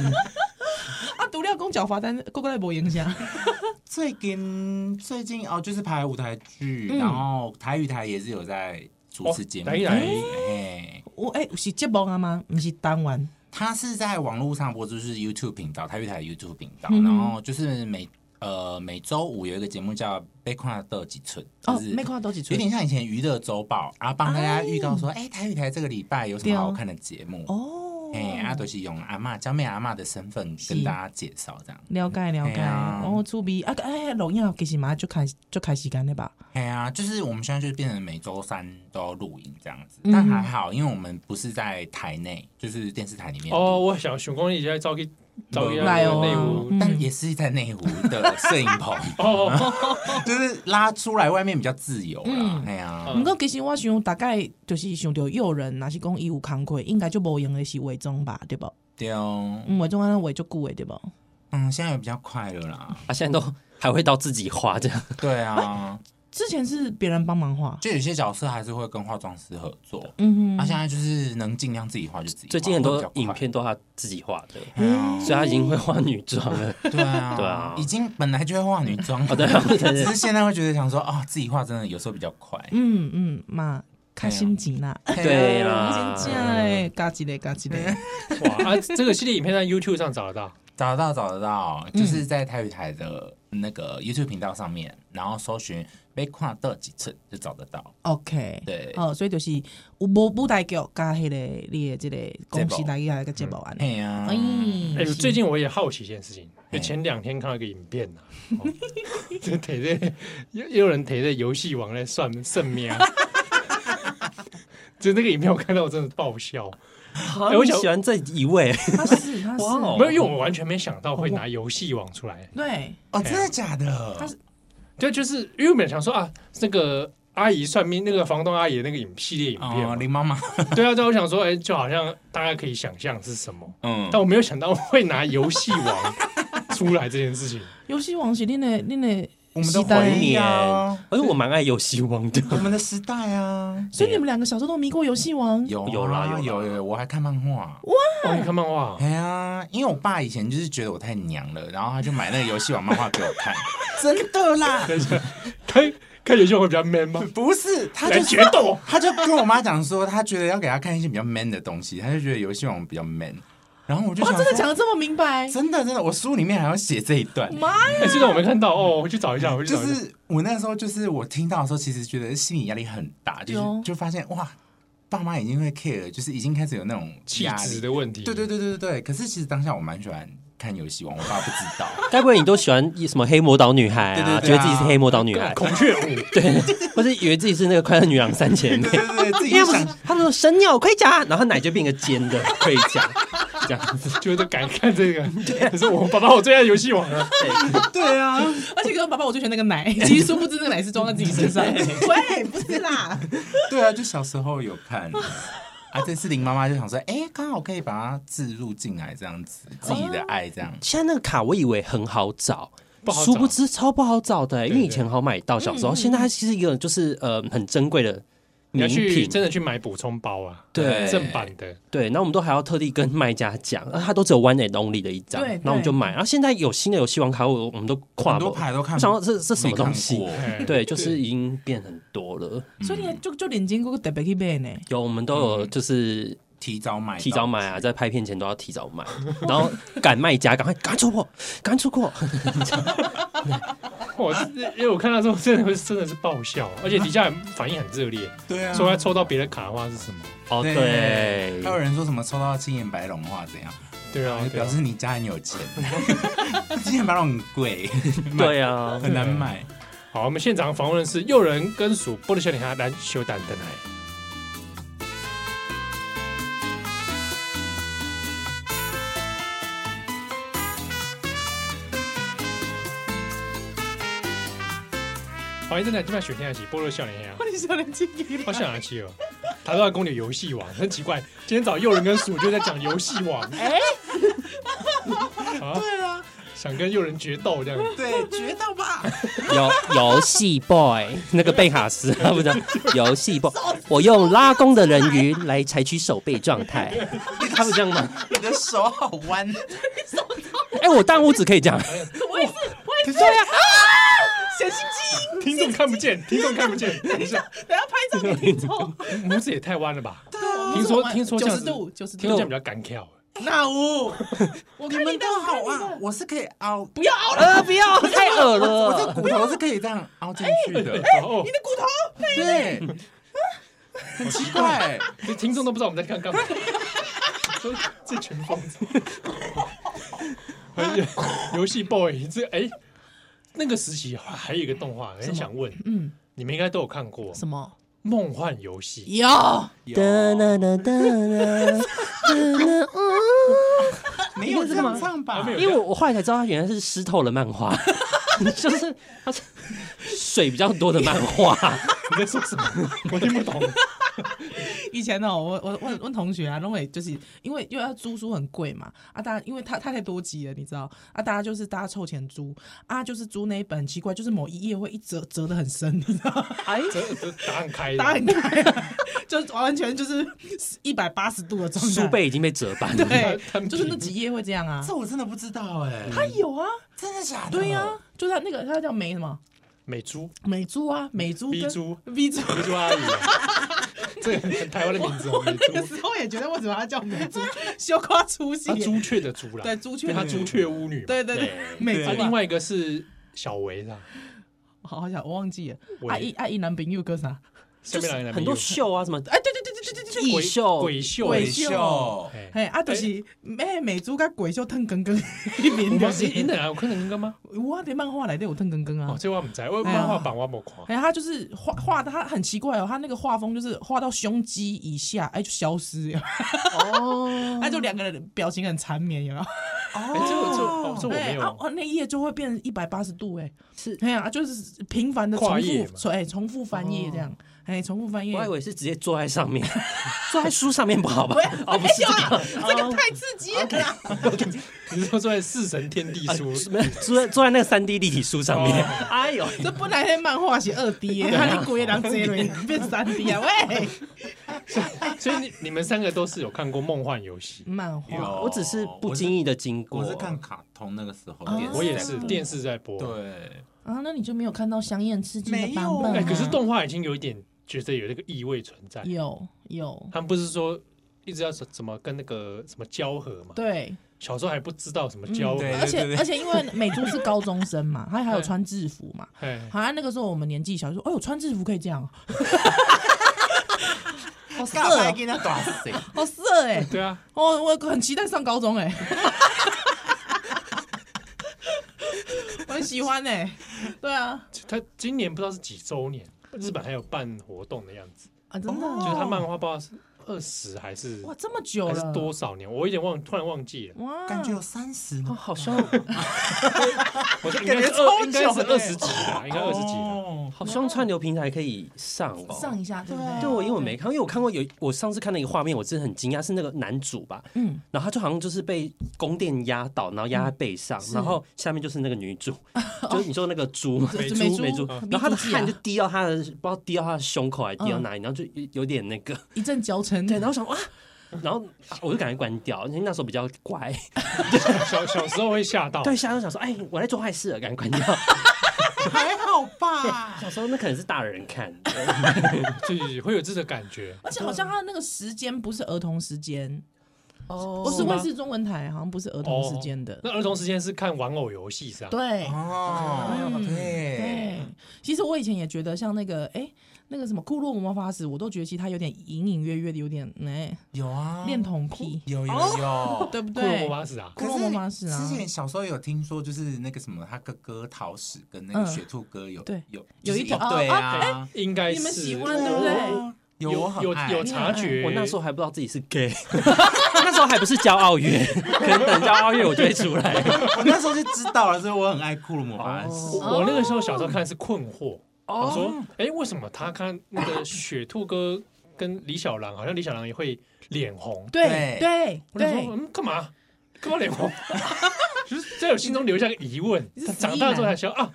Speaker 5: *laughs*
Speaker 3: 啊！独料工缴罚单，过过来博影响。 *laughs*
Speaker 4: 最近最近哦，就是排舞台剧，
Speaker 3: 嗯
Speaker 4: 然后台语台也是有在主持节目，
Speaker 2: 哦台语台
Speaker 4: 哎，
Speaker 3: 我哎是节目啊吗？不是单玩，
Speaker 4: 他是在网络上播，就是 YouTube 频道，台语台的 YouTube 频道，
Speaker 3: 嗯哼
Speaker 4: 然后就是每呃每周五有一个节目叫《被看到几寸》，
Speaker 3: 哦
Speaker 4: 就是，
Speaker 3: 没看到多几出
Speaker 4: 有。点像以前娱乐周报，然后帮大家预告说，哎、台语台这个礼拜有什么好看的节目。
Speaker 3: 啊哦，
Speaker 4: 哎，阿朵是用阿嬷江妹阿嬷的身份跟大家介绍这样。
Speaker 3: 了解了解，
Speaker 4: 嘿啊
Speaker 3: 然后出鼻啊，哎，录音其实马上就开就开时间了吧？
Speaker 4: 哎呀、就是我们现在就变成每周三都要录影这样子，
Speaker 3: 嗯
Speaker 4: 但还好，因为我们不是在台内，就是电视台里面
Speaker 2: 哦，
Speaker 4: 录，
Speaker 2: 我想熊光一直在招去招去
Speaker 3: 来
Speaker 2: 那
Speaker 3: 哦
Speaker 2: 个内湖，
Speaker 4: 但也是在内湖的摄影
Speaker 3: *laughs*
Speaker 4: 棚，
Speaker 2: 哦，
Speaker 4: *laughs* 就是拉出来外面比较自由啦
Speaker 3: 嗯。
Speaker 4: 哎呀、
Speaker 2: 嗯
Speaker 3: 不过其实我想大概就是想到有人若是讲伊有工课，应该就无用的是伪装吧，对不？
Speaker 4: 对哦，
Speaker 3: 嗯，我中安我就顾尾对吧？
Speaker 4: 嗯，现在也比较快了啦。
Speaker 5: 啊，现在都还会到自己画这样，
Speaker 4: 对啊，
Speaker 3: 之前是别人帮忙画，
Speaker 4: 就有些角色还是会跟化妆师合作，
Speaker 3: 嗯
Speaker 4: 那、
Speaker 3: 哼，
Speaker 4: 现在啊就是能尽量自己画就自己画。
Speaker 5: 最近很
Speaker 4: 会
Speaker 5: 多
Speaker 4: 比较
Speaker 5: 影
Speaker 4: 快
Speaker 5: 片都他自己画的，
Speaker 4: 对啊
Speaker 5: 所以他已经会画女装了。
Speaker 4: 对啊，
Speaker 5: 对啊
Speaker 4: 已经本来就会化女装了，
Speaker 5: 对啊对对
Speaker 4: 只是现在会觉得想说啊、自己化真的有时候比较快。
Speaker 3: 嗯嗯嘛，开心极啦，
Speaker 5: *laughs* 对
Speaker 3: *laughs* 真
Speaker 5: 啦，
Speaker 3: 正哎，嘎叽嘞嘎叽嘞，
Speaker 2: 哇啊！这个系列影片在 YouTube 上找得到，
Speaker 4: 找得到，找得到，
Speaker 5: 嗯
Speaker 4: 就是在台语台的那个 YouTube 频道上面，然后搜寻被跨到几次就找得到。
Speaker 3: OK，
Speaker 4: 对，
Speaker 3: 哦，所以就是有无舞台剧加迄个你的这个公司来个个节目安尼。
Speaker 4: 嘿啊呀、
Speaker 3: 哎，
Speaker 2: 哎，
Speaker 3: 是
Speaker 2: 最近我也好奇一件事情，就
Speaker 4: 哎
Speaker 2: 前两天看到一个影片呐，哦 *laughs* 就提在又又有人提在游戏王在算算命啊， *laughs* 就那个影片我看到我真的爆笑，
Speaker 5: 哎我喜欢这一位，
Speaker 3: 他是他
Speaker 5: 哇哦
Speaker 3: 是，
Speaker 2: 没有，因为我完全没想到会拿游戏王出来，
Speaker 3: 对，
Speaker 4: 哦，真的假
Speaker 5: 哎
Speaker 4: 的？
Speaker 2: 对，就是因为我们想说啊，那个阿姨算命，那个房东阿姨的那个影系列影片
Speaker 4: 哦，
Speaker 2: 嘛，
Speaker 4: 林妈妈，
Speaker 2: *laughs* 对啊，对啊，我想说，哎，就好像大家可以想象是什么。
Speaker 4: 嗯，
Speaker 2: 但我没有想到会拿游戏王 *laughs* 出来这件事情。
Speaker 3: 游戏王是恁的恁的，
Speaker 4: 我们的
Speaker 5: 哎
Speaker 4: 回忆啊，
Speaker 5: 而且我蛮爱游戏王的。
Speaker 4: 我们的时代啊，
Speaker 3: 所以你们两个小时候都迷过游戏王。
Speaker 4: 有啊
Speaker 5: 有啦有啦
Speaker 4: 有有，我还看漫画。
Speaker 2: 哦，你看漫画
Speaker 4: 哎呀，因为我爸以前就是觉得我太娘了，然后他就买那个游戏王漫画给我
Speaker 5: *laughs*
Speaker 4: 看，真的啦，
Speaker 2: 看看游戏王会比较 man 吗？
Speaker 4: *laughs* 不是，他
Speaker 2: 来
Speaker 4: 就
Speaker 2: 决斗，
Speaker 4: 他就跟我妈讲说，他觉得要给他看一些比较 man 的东西，他就觉得游戏王比较 man。然后我就
Speaker 3: 哇，
Speaker 4: 想
Speaker 3: 真的讲
Speaker 4: 说
Speaker 3: 的这么明白？
Speaker 4: 真的真的，我书里面还要写这一段。
Speaker 3: 妈呀！
Speaker 2: 哎，这段我没看到哦，我去找一下，我去
Speaker 4: 就
Speaker 2: 找一下。
Speaker 4: 是我那时候，就是我听到的时候，其实觉得心理压力很大，就
Speaker 3: 有
Speaker 4: 是就发现哇，爸妈已经会 care，就是已经开始有那种
Speaker 2: 气
Speaker 4: 压
Speaker 2: 质
Speaker 4: 力。
Speaker 2: 的问题，
Speaker 4: 对对对对对对。可是其实当下我蛮喜欢看游戏王，我爸不知
Speaker 3: *laughs*
Speaker 4: 道。
Speaker 5: 该不会你都喜欢什么黑魔导女孩啊？
Speaker 4: 对对对啊
Speaker 5: 觉得自己是黑魔导
Speaker 2: *laughs*
Speaker 5: 女孩，
Speaker 2: 孔雀舞，
Speaker 5: 对，或是以为自己是那个快乐女郎三姐妹
Speaker 4: 对。对对，自己
Speaker 5: 因为不是
Speaker 4: 想，
Speaker 5: 他们说神鸟盔甲，然后奶就变个尖的盔甲， *laughs* 这样子。
Speaker 2: 觉得敢看这个。
Speaker 4: 啊
Speaker 2: 可是我爸爸，我最爱游戏王了。
Speaker 4: 对啊，
Speaker 3: 而且跟爸爸我就选那个奶， *laughs* 其实殊不知那个奶是装在自己身 *laughs* 上。喂，不是啦，
Speaker 4: *laughs* 对啊，就小时候有看。啊，这次林妈妈就想说，哎、刚好可以把它置入进来，这样子自己的爱这样。
Speaker 5: 现在那个卡我以为很好找，
Speaker 2: 不好找
Speaker 5: 殊不知超不好找的、欸因为
Speaker 2: 对
Speaker 5: 以前好买到，小时候，现在它是一个就是呃很珍贵的
Speaker 2: 你要
Speaker 5: 名
Speaker 2: 去
Speaker 5: 品，
Speaker 2: 真的去买补充包啊，
Speaker 5: 对
Speaker 2: 正版的。
Speaker 5: 对，然后我们都还要特地跟卖家讲，啊，他都只有 one and only 的一张，
Speaker 3: 对对
Speaker 5: 然后我们就买。然啊后现在有新的游戏王卡，我我们都跨
Speaker 4: 很
Speaker 5: 不
Speaker 4: 多，牌都看
Speaker 5: 我
Speaker 4: 不，
Speaker 5: 想到这这什么东西
Speaker 4: 没？看过？
Speaker 2: 哎
Speaker 5: 对，就是已经变很多了。
Speaker 3: *laughs* 所以你就就连金哥特别去买呢。
Speaker 5: 有，我们都有就是
Speaker 4: 提早买，
Speaker 5: 提早买啊，。在拍片前都要提早买，啊 *laughs* 然后赶卖家，赶快赶快出货，赶快出货。
Speaker 2: 我因为我看到之后真的会真的是爆笑，而且底下反应很热烈，
Speaker 4: 对啊，
Speaker 2: 说要抽到别的卡的话是什么？
Speaker 5: 哦，对哦
Speaker 4: 还，有人说什么抽到青眼白龙话怎样，
Speaker 2: 对啊，对
Speaker 4: 表
Speaker 2: 啊。
Speaker 4: 示你家很有钱。 *laughs* 青眼白龙很
Speaker 5: *laughs*
Speaker 4: 贵，
Speaker 5: 对啊，
Speaker 4: 很难买。
Speaker 2: 好，我们现场访问的是诱人跟属波多小女孩蓝修蛋的奶。欢迎正在今晚收听的是《波多少年啊
Speaker 3: 我，的小年金哥， *laughs*
Speaker 2: 好想拿起哦！他都在攻略游戏王，很奇怪。今天找诱人跟鼠就在讲游戏王，哎、啊，
Speaker 4: 对啊，
Speaker 2: 想跟诱人决斗这样。
Speaker 4: 对，绝到吧。
Speaker 5: 游游戏 boy 那个贝卡斯，啊不是游戏 boy，我用拉弓的人鱼来采取手背状态， *laughs* 他们这样吗？
Speaker 4: 你的手好弯，
Speaker 5: 哎，我弹幕只可以这样，
Speaker 3: 我也是，我也是。对啊，显性基因，
Speaker 2: 听众看不见，听众看不见，等一下，
Speaker 3: 等下拍照给听众。
Speaker 2: 拇指也太弯了吧？
Speaker 3: *laughs* 听
Speaker 2: 听说听说这
Speaker 3: 啊九
Speaker 2: 样
Speaker 3: 十
Speaker 2: 子
Speaker 3: 度，九十
Speaker 2: 听说这样
Speaker 3: 度
Speaker 2: 比。较敢跳。
Speaker 3: 那我，我
Speaker 4: 你
Speaker 3: 看
Speaker 4: 们
Speaker 3: 你的
Speaker 4: 都，好
Speaker 3: 我看你
Speaker 4: 啊
Speaker 3: 的，
Speaker 4: 我是可以凹，
Speaker 3: 不要凹了，不要。
Speaker 5: 太恶
Speaker 4: 我这哦
Speaker 5: 了。
Speaker 4: 骨头是可以这样凹进去的。
Speaker 2: 哦
Speaker 3: 你，的骨头，
Speaker 4: 对，很奇
Speaker 2: *laughs*
Speaker 4: 怪。
Speaker 2: 这听众都不知道我们在看干嘛。说这群疯子，哎呀，游戏 boy，这哎，那个时期还还有一个动画很想问，
Speaker 3: 嗯，
Speaker 2: 你们应该都有看过《
Speaker 3: 什么？
Speaker 2: 梦幻游戏
Speaker 3: 有，
Speaker 5: *laughs* 哒啦啦哒啦哒啦哦
Speaker 4: 没有这么唱
Speaker 3: 哦
Speaker 4: 吧？
Speaker 5: 因为我我后来才知道，它原来是湿透了漫画， *laughs* 就是它是
Speaker 2: *laughs*
Speaker 5: 水比较多的漫画。》，
Speaker 2: 你在说什么？我听不懂。
Speaker 3: 以前呢、我我我问同学啊，认为就是因为因为要租书很贵嘛，啊，大家因为他他太多集了，你知道，啊，大家就是大家凑钱租，啊，就是租那一本，很奇怪，就是某一页会一折折的很深， *laughs* 你知道吗，哎，
Speaker 2: 这这答案开的，
Speaker 3: 打很开， *laughs* 就完全就是一百八十度的状态，
Speaker 5: 书背已经被折半了。
Speaker 3: 对，就是那几页会这样 *laughs* 啊，
Speaker 4: 这我真的不知道哎，
Speaker 3: 他有啊，
Speaker 4: 真的假的？
Speaker 3: 对呀、就是他那个他叫梅什么
Speaker 2: 美珠
Speaker 3: 美珠啊，美珠
Speaker 2: 咪
Speaker 3: 跟
Speaker 2: 猪
Speaker 3: 咪珠。
Speaker 2: 美珠阿姨啊，这个很台湾的名字哦，
Speaker 3: 我
Speaker 2: 美
Speaker 3: 那个
Speaker 2: 珠
Speaker 3: 时候也觉得为什么要叫美 *laughs* 珠，羞夸出息
Speaker 2: 她。朱雀的朱啦，
Speaker 3: 对，朱雀
Speaker 2: 因为
Speaker 3: 女，
Speaker 2: 她朱雀巫女嘛，
Speaker 3: 对对对，美珠
Speaker 2: 啊，
Speaker 3: 啊。
Speaker 2: 另外一个是小维啦，
Speaker 3: 好好想，我忘记了。
Speaker 2: 维
Speaker 3: 阿姨阿姨男朋友歌啥？
Speaker 2: 下面两个男
Speaker 5: 很
Speaker 2: 朋
Speaker 5: 多
Speaker 2: 友
Speaker 5: 秀啊，什么
Speaker 3: 哎，对对对对对对对。
Speaker 5: 异
Speaker 2: 鬼
Speaker 5: 秀、
Speaker 2: 鬼秀
Speaker 3: 鬼
Speaker 4: 鬼
Speaker 3: 秀
Speaker 4: 秀，
Speaker 2: 哎
Speaker 3: 嘿，啊，就是哎，美珠跟鬼秀腾根根一
Speaker 2: 我
Speaker 3: 边就
Speaker 2: 们是
Speaker 3: 是，
Speaker 2: 因的啊，有可能哥吗？
Speaker 3: 我的漫画来的有腾根根啊
Speaker 2: 哦，。这我唔知，我
Speaker 3: 哎呀
Speaker 2: 漫画版我冇看。
Speaker 3: 哎，他就是画画，他很奇怪哦，他那个画风就是画到胸肌以下，哎就消失了，
Speaker 5: 哦，
Speaker 3: 他就两个人表情很缠绵，有没有？
Speaker 2: 哎，这个这哦，这我没
Speaker 3: 哎啊
Speaker 2: 有，
Speaker 3: 啊，那页就会变一百八十度，哎，
Speaker 5: 是，
Speaker 3: 哎呀，就是频繁的重
Speaker 2: 跨页
Speaker 3: 复，
Speaker 2: 嘛
Speaker 3: 重哎重复翻页这样，哎重复翻页
Speaker 2: 嗯
Speaker 5: 我。还以为是直接坐在上
Speaker 2: *laughs*
Speaker 5: 面，坐在书上面不好吧？
Speaker 2: 啊
Speaker 5: 哦，不
Speaker 3: 哎
Speaker 5: 是这
Speaker 3: 呀，这个太刺激了啦！
Speaker 2: 你是说坐在四神天地书
Speaker 5: 个，什么坐在坐在那个三 D 立体书上面
Speaker 2: 哦。
Speaker 5: 哎呦，
Speaker 3: *laughs* 这本来那漫画是二 D 的，他你鬼人这轮
Speaker 2: *laughs*
Speaker 3: 变三 D 啊！喂，
Speaker 2: 所以你你们三个都是有看过《梦幻游戏》，
Speaker 3: 漫画
Speaker 4: 有
Speaker 5: 我只是不经意的经过。
Speaker 4: 我是看卡通那个时候
Speaker 3: 哦，
Speaker 4: 电视
Speaker 2: 我也是
Speaker 4: 在
Speaker 2: 电视在播，
Speaker 4: 嗯对，
Speaker 3: 啊，那你就没有看到香艳刺激的版本啊
Speaker 4: 没有
Speaker 3: 吗？
Speaker 2: 哎，可是动画已经有一点觉得有那个意味存在。
Speaker 3: 有有
Speaker 2: 他们不是说一直要怎怎么跟那个什么交合嘛？
Speaker 3: 对，
Speaker 2: 小时候还不知道什么交合
Speaker 4: 嗯，对
Speaker 3: 而且
Speaker 4: 对
Speaker 3: 而且因为美珠是高中生
Speaker 2: *laughs*
Speaker 3: 嘛，她还有穿制服嘛，
Speaker 2: 哎，
Speaker 3: 好啊像那个时候我们年纪小，就说哎呦穿制服可以这样，好色
Speaker 4: 干嘛
Speaker 3: 哦，
Speaker 4: 给他打死？
Speaker 3: *laughs* 好色哎！
Speaker 2: *laughs* 对啊，
Speaker 3: 哦，我很期待上高中哎， *laughs* 我很喜欢哎，对啊
Speaker 2: 他今年不知道是几周年，日本还有办活动的样子，
Speaker 3: 啊真的
Speaker 2: 就
Speaker 3: 哦
Speaker 2: 是他漫画不知道是二十还是
Speaker 3: 哇这么久
Speaker 2: 还
Speaker 3: 了
Speaker 2: 是多少年，我有点忘，突然忘记了，
Speaker 3: 哇
Speaker 4: 感觉有三十
Speaker 5: 哦，
Speaker 4: 吗？
Speaker 5: 好像
Speaker 2: *laughs* 我说应
Speaker 3: 感
Speaker 2: 该
Speaker 3: 觉
Speaker 2: 是
Speaker 3: 超
Speaker 2: 二，应该是
Speaker 3: 久的
Speaker 2: 二十几啦，应该二十几啦。
Speaker 4: 哦
Speaker 5: 好像串流平台可以上哦。
Speaker 3: 上一下，对不对？啊
Speaker 5: 对，我因为我
Speaker 2: 哦
Speaker 5: 没看，因为我看过有我上次看那个画面，我真的很惊讶，是那个男主吧，
Speaker 3: 嗯，
Speaker 5: 然后他就好像就是被宫殿压倒，然后压在背上，
Speaker 3: 是
Speaker 5: 然后下面就是那个女 *laughs* 主，就是你说那个猪嘛，
Speaker 2: 美
Speaker 3: 这
Speaker 2: 珠
Speaker 3: 美珠
Speaker 5: 美猪，然后她的汗就滴到她的，不知道滴到她的胸口还是滴到哪里，然后就有有点那个，
Speaker 3: 一阵娇嗔，
Speaker 5: 对，然后我想哇，然后啊我就赶快关掉，因为那时候比较乖，
Speaker 2: 小小时候会吓到，
Speaker 5: 对，下就想说，哎，我在做坏事了，赶快关掉。 *laughs*
Speaker 4: 哦
Speaker 3: 还好吧。
Speaker 5: 小时候那可能是大人看的，
Speaker 2: 就是会有这个感觉。
Speaker 3: 而且好像他的那个时间不是儿童时间，
Speaker 5: 哦
Speaker 3: 不是卫视中文台，好像不是儿童时间的。
Speaker 2: 哦那儿童时间是看玩偶游戏是吧？
Speaker 3: 对
Speaker 4: 哦，
Speaker 3: 嗯
Speaker 4: 对
Speaker 3: 对，，其实我以前也觉得像那个哎。那个什么《库洛魔法使》，我都觉得其实他有点隐隐约约的，有点哎
Speaker 4: 有啊，
Speaker 3: 恋童癖，哦
Speaker 4: 有有有。
Speaker 3: 对不
Speaker 2: 库洛魔
Speaker 3: 对？
Speaker 2: 法使啊，
Speaker 3: 骷髅魔法使啊
Speaker 4: 可是之前小时候有听说，就是那个什么，他哥哥桃史跟那个
Speaker 3: 嗯
Speaker 4: 雪兔哥有
Speaker 3: 对
Speaker 4: 有
Speaker 3: 有一条
Speaker 4: 就是对啊，
Speaker 2: 哎应该是
Speaker 3: 你们喜欢对不对？
Speaker 4: 有
Speaker 2: 哎有
Speaker 4: 我很
Speaker 2: 有
Speaker 4: 爱
Speaker 2: 有察觉，
Speaker 5: 我那时候还不知道自己是 gay，那时候还不是骄傲月，可能等骄傲月我就会出来。
Speaker 4: 我那时候就知道了，所以我很爱库洛魔法
Speaker 2: 我
Speaker 4: 使。
Speaker 3: 哦
Speaker 2: 我那个时候小时候看是困惑，我
Speaker 5: 哦，
Speaker 2: 说，哎，为什么他看那个雪兔哥跟李小狼，好像李小狼也会脸红？
Speaker 3: 对对
Speaker 2: 我就说，
Speaker 3: 对，
Speaker 2: 嗯，干嘛？干嘛脸红？ *laughs* 就是在我心中留下个疑问
Speaker 3: 你是。
Speaker 2: 长大之后才想啊，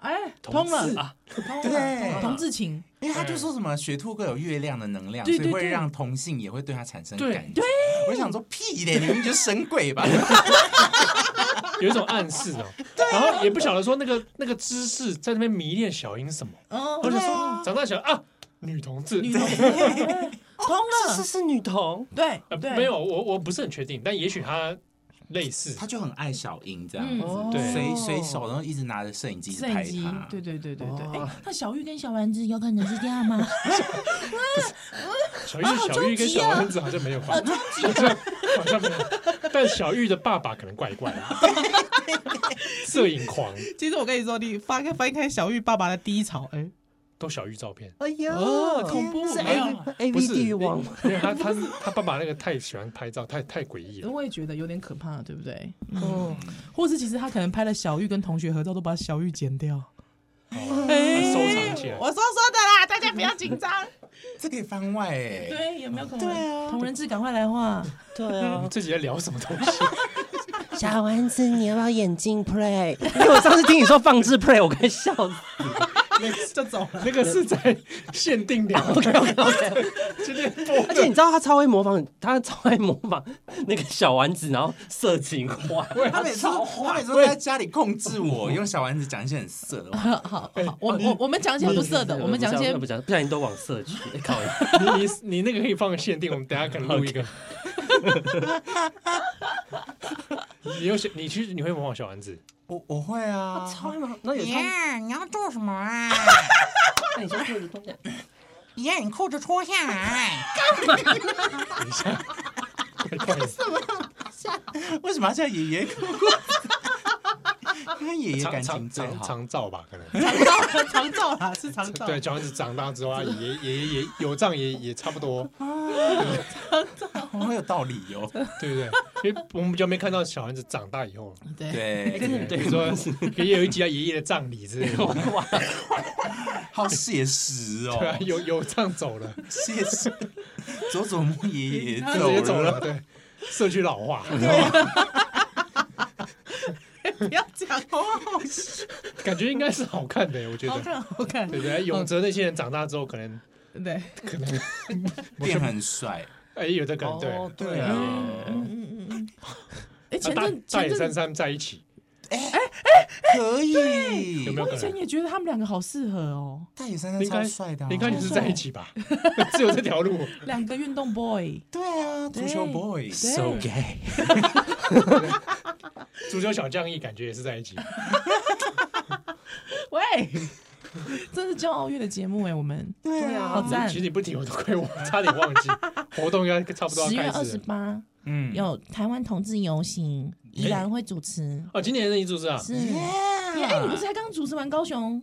Speaker 3: 哎，通
Speaker 2: 同
Speaker 3: 了
Speaker 2: 志
Speaker 5: 啊，
Speaker 3: 通了，
Speaker 4: 对
Speaker 3: 同志情，
Speaker 4: 因为他就说什么雪兔哥有月亮的能量，所
Speaker 3: 对
Speaker 4: 以
Speaker 3: 对
Speaker 4: 会
Speaker 3: 对
Speaker 4: 让同性也会对他产生
Speaker 2: 对
Speaker 4: 感觉。我想说屁嘞，你们就神鬼吧。
Speaker 2: 有一种暗示哦。
Speaker 3: 啊
Speaker 2: 然后也不晓得说那个那个姿势在那边迷恋小樱什么，
Speaker 3: 嗯，
Speaker 2: 或者
Speaker 3: 对
Speaker 2: 说长大想啊，女同志。
Speaker 3: 女同志对 *laughs* 通
Speaker 5: 这
Speaker 3: 了
Speaker 5: 哦是，是女童，
Speaker 3: 对
Speaker 2: 呃，
Speaker 3: 对，
Speaker 2: 没有，我我不是很确定，但也许他类似
Speaker 4: *laughs* 他就很爱小樱这样
Speaker 3: 嗯
Speaker 5: 哦
Speaker 4: 子，
Speaker 2: 对
Speaker 4: 随随手然后一直拿着摄影机一直
Speaker 3: 摄影
Speaker 4: 拍
Speaker 3: 机
Speaker 4: 他，，
Speaker 3: 对对对对对。
Speaker 5: 哇
Speaker 3: 哎，那小玉跟小丸子有可能是这样吗？ *laughs*
Speaker 2: 小玉
Speaker 3: 啊好，
Speaker 2: 小玉
Speaker 3: 终
Speaker 2: 跟
Speaker 3: 极
Speaker 2: 小
Speaker 3: 啊
Speaker 2: 丸子好像没有关系，好像好像没有。但小玉的爸爸可能怪怪的，摄影狂
Speaker 3: 其实我跟你说，你翻开翻开小玉爸爸的低潮，哎，
Speaker 2: 都小玉照片，
Speaker 5: 哎呀
Speaker 2: 哦恐怖
Speaker 5: 是哎
Speaker 2: 没有
Speaker 5: A
Speaker 2: 不
Speaker 5: V
Speaker 2: 是
Speaker 5: 地狱王，
Speaker 2: 因为他他他爸爸那个太喜欢拍照，太太诡异了。
Speaker 3: 我也觉得有点可怕，对不对？嗯
Speaker 5: 哦，
Speaker 3: 或是其实他可能拍了小玉跟同学合照，都把小玉剪掉， *laughs* 哎
Speaker 2: 哦收藏起来
Speaker 3: 我说说的啦，大家不要紧张。
Speaker 4: 这可以番外哎、
Speaker 3: *laughs* 对，有没有可能？
Speaker 4: 对啊
Speaker 3: 同人志赶快来画，
Speaker 5: 对
Speaker 2: 我们，自己在聊什么东西？
Speaker 5: 小丸子，你要不要眼镜 play？因为我上次听你说放置 play，我快笑死。
Speaker 3: 就走了。
Speaker 2: 那个是在限定聊，OK OK OK，今天播
Speaker 5: 而且你
Speaker 2: 的。
Speaker 5: 知道他超会模仿，他超爱模仿那个小丸子，然后色情化。
Speaker 4: 他每次他每次都在家里控制我，用小丸子讲一些很色的话。
Speaker 3: *laughs* 好
Speaker 2: 哎
Speaker 3: 好，我
Speaker 2: 嗯
Speaker 3: 我我们讲一些不色的，我们讲一些
Speaker 5: 不讲，不小心都往色去。靠腰，
Speaker 2: 你你你那个可以放限定，我们等一下可能录一个。你有小，你去你会模仿小丸子？
Speaker 4: 我我会啊，
Speaker 5: 超爱模仿。然后有一套，
Speaker 1: 爷，你要做什
Speaker 5: *laughs*
Speaker 1: 么啊？
Speaker 5: 那哎你说裤子脱下来，
Speaker 1: 爷，你裤子脱下来。
Speaker 2: 等一下，快快点
Speaker 4: *laughs* 为什么要叫爷爷 *laughs* 哭？因为爷爷
Speaker 2: 长
Speaker 4: 感情
Speaker 2: 长
Speaker 4: 最
Speaker 2: 长
Speaker 4: 好。
Speaker 2: 长照吧，可能。
Speaker 3: 长照啦，是长照。
Speaker 2: 对，小丸子长大之后，他也也也也有账也也差不多，
Speaker 4: 我会有道理哦哟。
Speaker 2: 对不对？因为我们比较没看到小丸子长大以后，
Speaker 3: 对，
Speaker 4: 对，
Speaker 2: *laughs*
Speaker 4: 哦
Speaker 2: 对，比如说也有一集啊，爷爷的葬礼之类的，
Speaker 4: 好写实哦
Speaker 2: 对，啊，有有葬走
Speaker 4: *laughs*
Speaker 2: 了，
Speaker 4: 写实。佐佐木爷爷
Speaker 2: 直接走
Speaker 4: 走
Speaker 2: 了，*laughs*
Speaker 4: 了，
Speaker 2: 对，啊社区老化，
Speaker 3: 不要讲，好好
Speaker 2: 感觉应该是好看的，我觉
Speaker 3: 好
Speaker 2: 得。
Speaker 3: 看，好看。
Speaker 2: 对不对？永泽那些人长大之后，可能
Speaker 3: 对，
Speaker 2: 可能
Speaker 4: 变很帅。
Speaker 2: 哎，有的可能对。
Speaker 5: 哦
Speaker 4: 对
Speaker 5: 啊，
Speaker 4: 啊，
Speaker 3: 哎，前
Speaker 2: 大
Speaker 3: 阵
Speaker 2: 大
Speaker 3: 前
Speaker 2: 野
Speaker 3: 阵
Speaker 2: 三
Speaker 3: 子
Speaker 2: 三在一起，
Speaker 4: 可以
Speaker 2: 有。没有
Speaker 3: 我
Speaker 2: 可
Speaker 3: 以前
Speaker 2: 能？
Speaker 3: 也觉得他们两个好适合哦，
Speaker 4: 大野三三
Speaker 2: 应
Speaker 4: 超
Speaker 2: 该
Speaker 4: 帅的啊，
Speaker 2: 应该就是在一起吧？ *laughs* 只有这条路，
Speaker 3: 两个运动 boy。
Speaker 4: 对啊，足球
Speaker 3: 对
Speaker 4: boy。
Speaker 5: so
Speaker 3: 对，
Speaker 5: gay。
Speaker 2: 足球小将一感觉也是在一起。
Speaker 3: *laughs* *laughs* 喂，这是骄傲月的节目哎，我们
Speaker 4: 对啊
Speaker 3: 好赞
Speaker 2: 其实你不提我都亏我，差点忘
Speaker 3: *laughs*
Speaker 2: 记活动要差不多
Speaker 3: 十月
Speaker 2: 要
Speaker 3: 二
Speaker 2: 开
Speaker 3: 十
Speaker 2: 始了。
Speaker 3: 八
Speaker 4: 嗯，
Speaker 3: 有台湾同志游行，依然会主持。
Speaker 2: 哦，今年任意主持啊，
Speaker 3: 是，哎，你不是才刚主持完高雄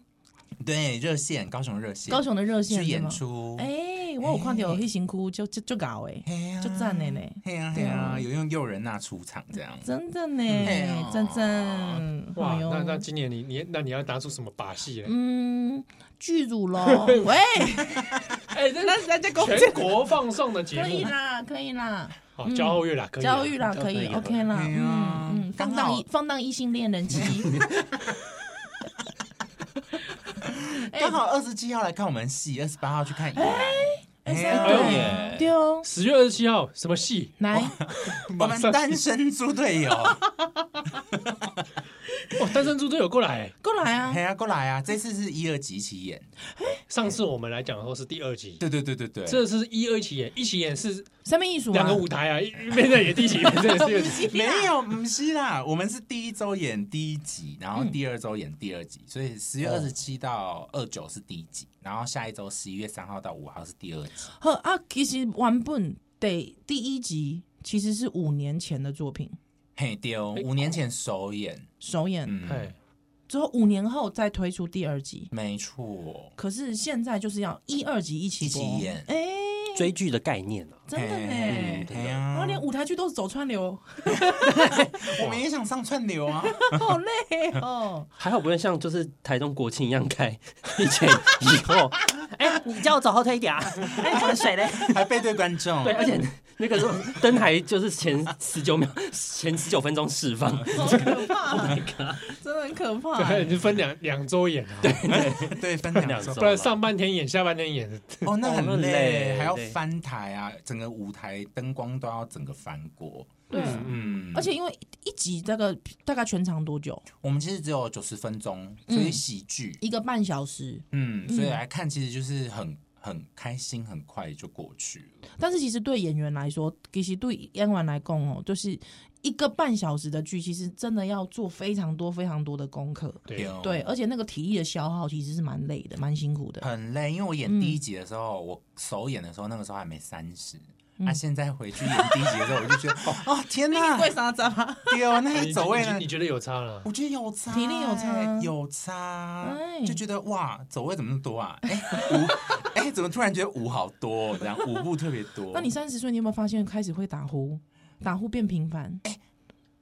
Speaker 4: 对热线，高雄热线，
Speaker 3: 高雄的热线
Speaker 4: 去
Speaker 3: 是
Speaker 4: 演
Speaker 3: 吗？
Speaker 4: 出。
Speaker 3: 哎，我有看到黑辛苦就就就搞哎，
Speaker 4: 嘿呀
Speaker 3: 就赞嘞嘞。
Speaker 4: 嘿呀嘿
Speaker 3: 啊
Speaker 4: 呀，有用诱人那出场这样。
Speaker 3: 真的
Speaker 4: 哎
Speaker 3: 呢
Speaker 4: 呦，
Speaker 3: 真真，
Speaker 2: 哇
Speaker 3: 哎，呦
Speaker 2: 那那今年你你那你要拿出什么把戏嘞？
Speaker 3: 嗯，剧组喽，喂，
Speaker 2: 哎，那
Speaker 3: 那人家公
Speaker 2: 全国放送的节
Speaker 3: 可以
Speaker 2: 目，啊
Speaker 3: 啦，可以啦，
Speaker 2: 好，交后月啦，啊可以，啊
Speaker 3: 教育啦，可以，OK 啦，
Speaker 4: 哎呀
Speaker 3: 嗯嗯，
Speaker 4: 刚
Speaker 3: 放
Speaker 4: 好
Speaker 3: 荡一放荡异性恋人妻，哎
Speaker 4: 刚好二十七号来看我们戏，二十八号去看演。
Speaker 3: 哎
Speaker 4: 嘿
Speaker 3: 哎
Speaker 4: 呀
Speaker 2: 对
Speaker 4: 耶
Speaker 3: 对哦，
Speaker 2: 十月二十七号什么
Speaker 3: *laughs*
Speaker 2: 戏？
Speaker 3: 来，
Speaker 4: 我
Speaker 2: 马
Speaker 4: 们
Speaker 2: 上
Speaker 4: 单身猪队 *laughs* 友，
Speaker 2: 哦，单身猪队友过来。
Speaker 3: 过来啊
Speaker 4: 嘿，呀，过来啊！这次是一二集一起演，
Speaker 2: 上次我们来讲的时候是第二集，
Speaker 4: 对对对对对，
Speaker 2: 这次是一二一起演，一起演是
Speaker 3: 三面艺术啊，
Speaker 2: 两个舞台啊，一一边在演第一集，一边在演第二集。
Speaker 4: 没有，不是啦，我们是第一周演第一集，然后第二周演第二集，所以十月二十七到二九是第一集，然后下一周十一月三号到五号是第二集。
Speaker 3: 呵啊，其实原本得第一集其实是五年前的作品
Speaker 4: 嘿丢，五年前首演，
Speaker 3: 首演，
Speaker 4: 嗯，
Speaker 2: 哎，
Speaker 3: *laughs* 之后五年后再推出第二集。
Speaker 4: 没错，
Speaker 3: 可是现在就是要一、二集一起
Speaker 4: 一起
Speaker 3: 播
Speaker 4: 演嗯
Speaker 3: 哎、
Speaker 5: 追剧的概念啊，
Speaker 3: 真的
Speaker 4: 嘿
Speaker 3: 呢。
Speaker 4: 对呀
Speaker 3: 然后连舞台剧都是走串
Speaker 4: *laughs*
Speaker 3: 流，
Speaker 4: 我们也想上串
Speaker 3: *laughs*
Speaker 4: 流啊，
Speaker 3: 好累
Speaker 4: *laughs*
Speaker 3: 哦。
Speaker 5: 还好不会像就是台中国庆一样开以前以后。哎，你叫我走后退一点啊！哎，你们水嘞？
Speaker 4: 还背对观众，
Speaker 5: 对，而且那个时候灯还就是前十九秒、前十九分钟释放，
Speaker 3: 好可
Speaker 4: Oh
Speaker 3: 怕，真的很可怕。
Speaker 2: 对，你分两两周演啊，
Speaker 4: 对分两
Speaker 5: 两
Speaker 4: 周
Speaker 5: 周。
Speaker 2: 不然上半天演，下半天演，
Speaker 4: 哦，那
Speaker 5: 哦
Speaker 4: 很
Speaker 5: 那
Speaker 4: 累，
Speaker 5: 累
Speaker 4: 还要
Speaker 5: 对
Speaker 4: 翻台啊，整个舞台灯光都要整个翻过。
Speaker 3: 对，
Speaker 4: 嗯，
Speaker 3: 而且因为一集大概大概全长多久？
Speaker 4: 我们其实只有九十分钟，
Speaker 3: 嗯
Speaker 4: 所以喜剧，
Speaker 3: 一个半小时。
Speaker 4: 嗯，所以来看其实就是很很开心，很快就过去了。
Speaker 3: 但是其实对演员来说，其实对演员来讲哦，就是一个半小时的剧，其实真的要做非常多非常多的功课。
Speaker 2: 对，
Speaker 4: 哦
Speaker 3: 对，，而且那个体力的消耗其实是蛮累的，蛮辛苦的。
Speaker 4: 很累，因为我演第一集的时候，我首演的时候那个时候还没三十。
Speaker 3: 嗯
Speaker 4: 那、现在回去演第一集的时候，我就觉得，
Speaker 3: *laughs*
Speaker 4: 哦天哪，
Speaker 3: 啥子啊？
Speaker 4: 丢那
Speaker 2: 你
Speaker 4: 一哎走位
Speaker 2: 你
Speaker 4: 呢
Speaker 2: 你？觉得有差了？
Speaker 4: 我觉得有差欸，
Speaker 3: 体力有差
Speaker 4: 有差
Speaker 3: 哎，
Speaker 4: 就觉得哇，走位怎么那么
Speaker 3: *laughs*
Speaker 4: 多啊？哎、舞，哎、怎么突然觉得舞好多、哦？这样舞步特别多。
Speaker 3: 那你三十岁，你有没有发现开始会打呼？打呼变频繁，
Speaker 5: 哎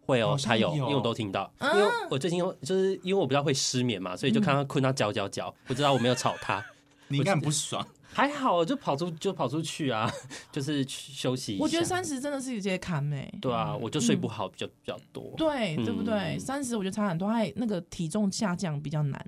Speaker 5: 会
Speaker 4: 好
Speaker 5: 哦，
Speaker 4: 像
Speaker 5: 他有，因
Speaker 4: 有
Speaker 5: 为我都听到。因为我最近有，就是因为我比较会失眠嘛，所以就看他困到脚脚脚，不知道我没有吵他。
Speaker 4: 你应该很不爽，
Speaker 5: 还好，就跑出就跑出去啊， *laughs* 就是去休息一下。
Speaker 3: 我觉得三十真的是一节坎诶、
Speaker 5: 对啊，我就睡不好比较、比较多。
Speaker 3: 对对不对？
Speaker 5: 嗯
Speaker 3: 三十我觉得差很多，还那个体重下降比较难，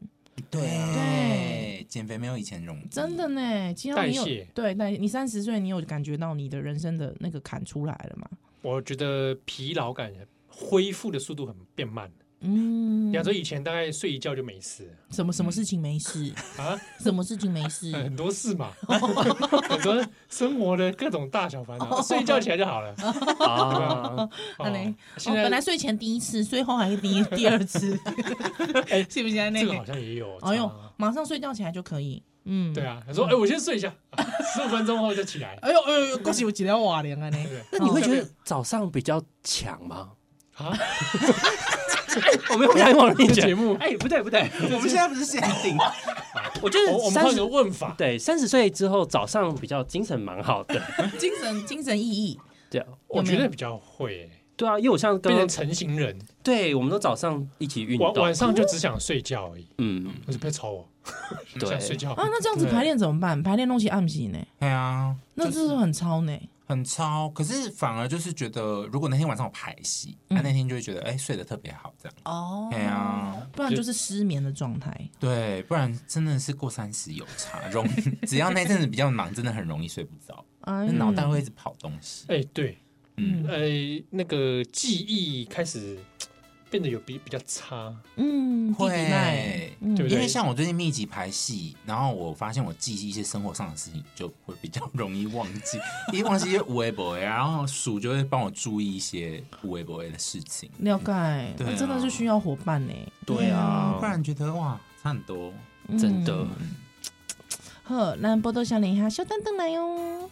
Speaker 3: 对
Speaker 4: 对，减肥没有以前容易，
Speaker 3: 真的呢。其实你有
Speaker 2: 代谢
Speaker 3: 对，但你三十岁，你有感觉到你的人生的那个坎出来了嘛？
Speaker 2: 我觉得疲劳感恢复的速度很变慢。
Speaker 3: 嗯，
Speaker 2: 亚洲以前大概睡一觉就没事了
Speaker 3: 什么什么事情没事，
Speaker 2: 嗯啊，哎
Speaker 3: 什么事情没事，
Speaker 2: 很多事嘛，很多生活的各种大小烦恼，睡一觉起来就好了。
Speaker 5: 啊，
Speaker 3: 那嘞
Speaker 2: 哦现
Speaker 3: 哦、本
Speaker 2: 在
Speaker 3: 来睡前第一次，睡后还是第
Speaker 2: *laughs*
Speaker 3: 一第二次，是不是啊？那
Speaker 2: 哎这个
Speaker 3: 个
Speaker 2: 好，像也有差。
Speaker 3: 哎呦，马上睡觉起来就可以，嗯，
Speaker 2: 对，啊，他说：“哎，我先睡一下，十五分钟后就
Speaker 3: *laughs*
Speaker 2: 起来。
Speaker 3: 哎呦哎呦，恭喜我几条瓦梁啊呢
Speaker 2: 对不对哦
Speaker 5: 那你会觉得早上比较强吗？”
Speaker 2: 啊，
Speaker 5: 我没有想往里
Speaker 2: 这
Speaker 5: 讲
Speaker 2: 节。 *laughs* 目，
Speaker 5: 哎，不对不对，
Speaker 4: 我们现在不是限定，
Speaker 5: 我觉
Speaker 2: 我
Speaker 5: 得
Speaker 2: 我们
Speaker 5: 三
Speaker 2: 换个
Speaker 5: 十
Speaker 2: 问法，
Speaker 5: 对三十岁之后早上比较精神蛮好的，
Speaker 3: 精神精神意义，
Speaker 5: 对啊
Speaker 2: 我觉得比较会
Speaker 5: 对啊，因为我像刚
Speaker 2: 变成
Speaker 5: 刚
Speaker 2: 成型人，
Speaker 5: 对，我们都早上一起运
Speaker 2: 晚
Speaker 5: 动
Speaker 2: 晚，上就只想睡觉而已。
Speaker 5: 嗯，
Speaker 2: 我就不要吵我，
Speaker 5: 对
Speaker 2: 想睡觉
Speaker 3: 啊，那这样子
Speaker 2: 对
Speaker 3: 排练怎么办？排练弄起暗喜呢？
Speaker 4: 对啊，
Speaker 3: 那这是很超呢。
Speaker 4: 很超。可是反而就是觉得，如果那天晚上我排戏，那、那天就会觉得，哎、睡得特别好，这样。
Speaker 3: 嗯哦
Speaker 4: 对啊，
Speaker 3: 不然就是失眠的状态。
Speaker 4: 对，不然真的是过三十有差，容易只要那阵子比较忙，真的很容易睡不着，
Speaker 3: 哎
Speaker 4: 那脑袋会一直跑东西。
Speaker 2: 哎，对，
Speaker 4: 嗯，
Speaker 2: 呃，那个记忆开始变得有比比较差，
Speaker 3: 嗯，弟弟奈
Speaker 4: 会，
Speaker 3: 嗯
Speaker 2: 对不
Speaker 4: 因为
Speaker 2: 对？
Speaker 4: 像我最近密集排戏，然后我发现我记一些生活上的事情就会比较 *laughs* 容易忘记，一忘记就微博，然后鼠就会帮我注意一些微博的事情，
Speaker 3: 了解，
Speaker 4: 对啊
Speaker 3: 那真的是需要伙伴呢。
Speaker 5: 对啊
Speaker 4: 嗯不然觉得哇差很多。
Speaker 3: 嗯
Speaker 5: 真的。
Speaker 3: 好，那波多小林哈，小蛋蛋来哦哟。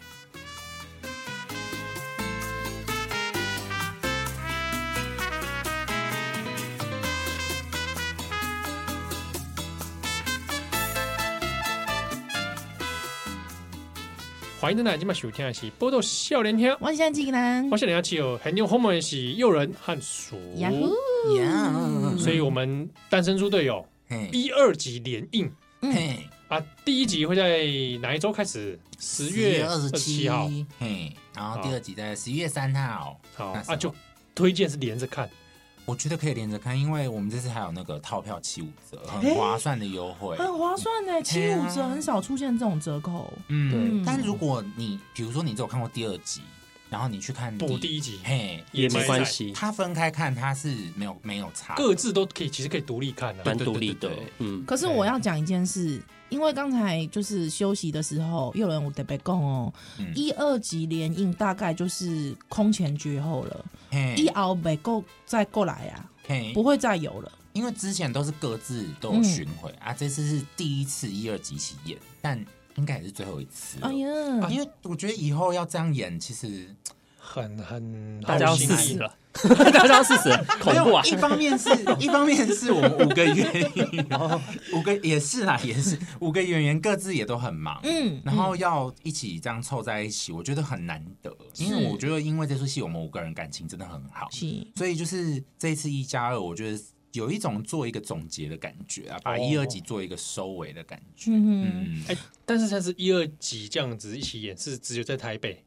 Speaker 2: 欢迎大家今晚收听的是《波多笑脸听》，
Speaker 3: 我现在济南
Speaker 2: 我，笑脸要起有很有后面是诱人和熟，
Speaker 3: 呀呼，嗯
Speaker 4: Yeah，
Speaker 2: 所以我们单身猪队友
Speaker 4: 嘿
Speaker 2: 一二集连映
Speaker 3: 嗯
Speaker 4: 嘿，
Speaker 2: 啊，第一集会在哪一周开始？十月
Speaker 4: 二
Speaker 2: 二十七号，，
Speaker 4: 嘿，然后第二集在十一月三号。
Speaker 2: 好
Speaker 4: 那什
Speaker 2: 啊，
Speaker 4: 么
Speaker 2: 就推荐是连着看，
Speaker 4: 我觉得可以连着看，因为我们这次还有那个套票七五折，很划算的优惠。
Speaker 3: 很划算呢，七
Speaker 4: 对
Speaker 3: 五
Speaker 4: 啊
Speaker 3: 折很少出现这种折扣。
Speaker 4: 嗯
Speaker 3: 对，
Speaker 4: 但如果你比如说你只有看过第二集，然后你去看
Speaker 2: 补第一集
Speaker 4: 嘿，
Speaker 5: 也没关
Speaker 2: 系，
Speaker 5: 系，
Speaker 4: 它分开看它是没有没有差，
Speaker 2: 各自都可以，其实可以独立看啊
Speaker 5: 蛮。独立的
Speaker 4: 对对对对，
Speaker 5: 嗯，
Speaker 3: 可是我要讲一件事，因为刚才就是休息的时候，又有人我得被供哦，
Speaker 4: 嗯
Speaker 3: 一二集连映大概就是空前绝后了，
Speaker 4: 嘿
Speaker 3: 一熬没够再过来啊，
Speaker 4: 嘿
Speaker 3: 不，会再有了。
Speaker 4: 因为之前都是各自都有巡回
Speaker 3: 嗯
Speaker 4: 啊，这次是第一次一二集一起演，但应该也是最后一次了。
Speaker 3: 哎呀，
Speaker 4: 因为我觉得以后要这样演，其实
Speaker 2: 很很
Speaker 5: 大家要
Speaker 2: 好心
Speaker 5: 四
Speaker 2: 力
Speaker 5: 十了， *laughs* 大家要四十了，恐怖啊
Speaker 4: 没！有一方
Speaker 3: *laughs*
Speaker 4: 面是一方面是我们五个演员，五个也是啦，也是五个演员各自也都很忙，
Speaker 3: 嗯
Speaker 4: 然后要一起这样凑在一起，我觉得很难得，
Speaker 3: 嗯
Speaker 4: 因为我觉得因为这出戏我们五个人感情真的很好，
Speaker 3: 是
Speaker 4: 所以就是这一次一加二，我觉得有一种做一个总结的感觉啊，把一、
Speaker 2: 哦
Speaker 4: 二集做一个收尾的感觉。
Speaker 3: 嗯
Speaker 4: 嗯，
Speaker 2: 哎但是它是一二集这样子一起演，是只有在台北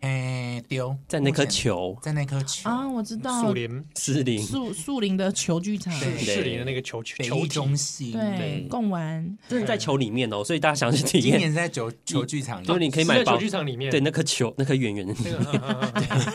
Speaker 4: 哎，丢
Speaker 5: 在那颗
Speaker 4: 目前
Speaker 5: 球，
Speaker 4: 在那颗球
Speaker 3: 哼，啊，我知道
Speaker 2: 树，林
Speaker 5: 失灵，
Speaker 3: 树树林的球剧场，
Speaker 4: 对
Speaker 2: 士林的那个球球
Speaker 4: 北
Speaker 2: 球
Speaker 4: 一
Speaker 2: 体
Speaker 4: 中心，
Speaker 3: 对，贡丸，
Speaker 5: 真的在球里面哦，所以大家想去体
Speaker 4: 今
Speaker 5: 验，
Speaker 4: 年在球球剧场
Speaker 5: 就是你可以
Speaker 2: 是
Speaker 5: 买
Speaker 2: 在
Speaker 5: 包
Speaker 2: 球，剧场里面
Speaker 3: 嗯
Speaker 5: 对，那颗球，那颗圆圆的，
Speaker 2: 那个哈哈哈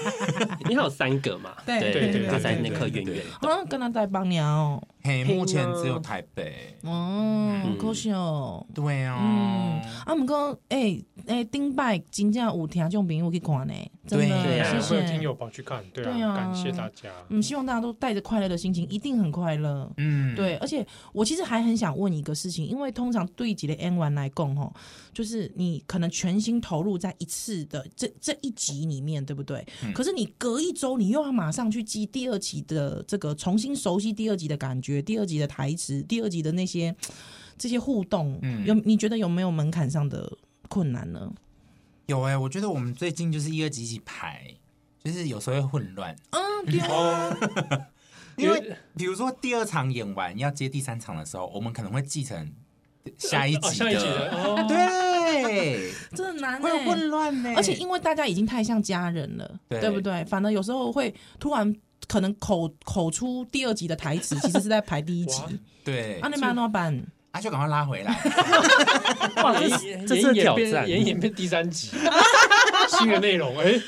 Speaker 2: 哈
Speaker 5: 你还有三个嘛？
Speaker 3: 对对
Speaker 5: 对
Speaker 3: 对
Speaker 5: 它在
Speaker 2: 对
Speaker 5: 那颗
Speaker 4: 对
Speaker 5: 圆圆
Speaker 3: 好像跟他在帮鸟哦
Speaker 4: 嘿，
Speaker 5: 拼
Speaker 4: 目前
Speaker 5: 啊
Speaker 3: 嗯
Speaker 4: 只有台北。
Speaker 3: 哦，可惜哦。
Speaker 4: 对啊，
Speaker 3: 嗯啊，毋过诶诶，顶摆真正有听众朋友去看呢，真
Speaker 4: 对
Speaker 3: 的，谢
Speaker 5: 啊
Speaker 2: 会有听
Speaker 3: 谢。
Speaker 2: 友跑去看，对
Speaker 3: 对
Speaker 2: 啊，
Speaker 3: 啊
Speaker 2: 感谢大家。
Speaker 3: 嗯，希望大家都带着快乐的心情，一定很快乐。
Speaker 4: 嗯，
Speaker 3: 对，而且我其实还很想问一个事情，因为通常对集的 N 完来供吼，就是你可能全心投入在一次的这这一集里面，对不对？可是你隔一周，你又要马上去记第二集的这个，重新熟悉第二集的感觉，第二集的台词，第二集的那些这些互动，
Speaker 4: 嗯
Speaker 3: 有你觉得有没有门槛上的困难呢？
Speaker 4: 有哎、我觉得我们最近就是一二集一起排，就是有时候会混乱，
Speaker 3: 嗯，对啊，
Speaker 2: 哦，
Speaker 4: 因为比如说第二场演完要接第三场的时候，我们可能会继承下一
Speaker 2: 哦
Speaker 4: 集
Speaker 3: 嗯
Speaker 2: 下一集的
Speaker 4: 的，
Speaker 2: 哦，
Speaker 4: 对，对，
Speaker 3: 真的难、欸，
Speaker 4: 会混乱呢。
Speaker 3: 而且因为大家已经太像家人了，
Speaker 4: 对
Speaker 3: 不对？反而有时候会突然可能口口出第二集的台词，其实是在排第一集
Speaker 2: 哇。
Speaker 4: 对，
Speaker 3: 啊，你们老板，
Speaker 4: 阿啊秀赶快拉回来。
Speaker 2: 哇，这演
Speaker 5: 这是
Speaker 2: 演演
Speaker 5: 挑
Speaker 2: 变
Speaker 5: 战
Speaker 2: 演演变第三
Speaker 3: *laughs*
Speaker 2: 集，新的内容，哎，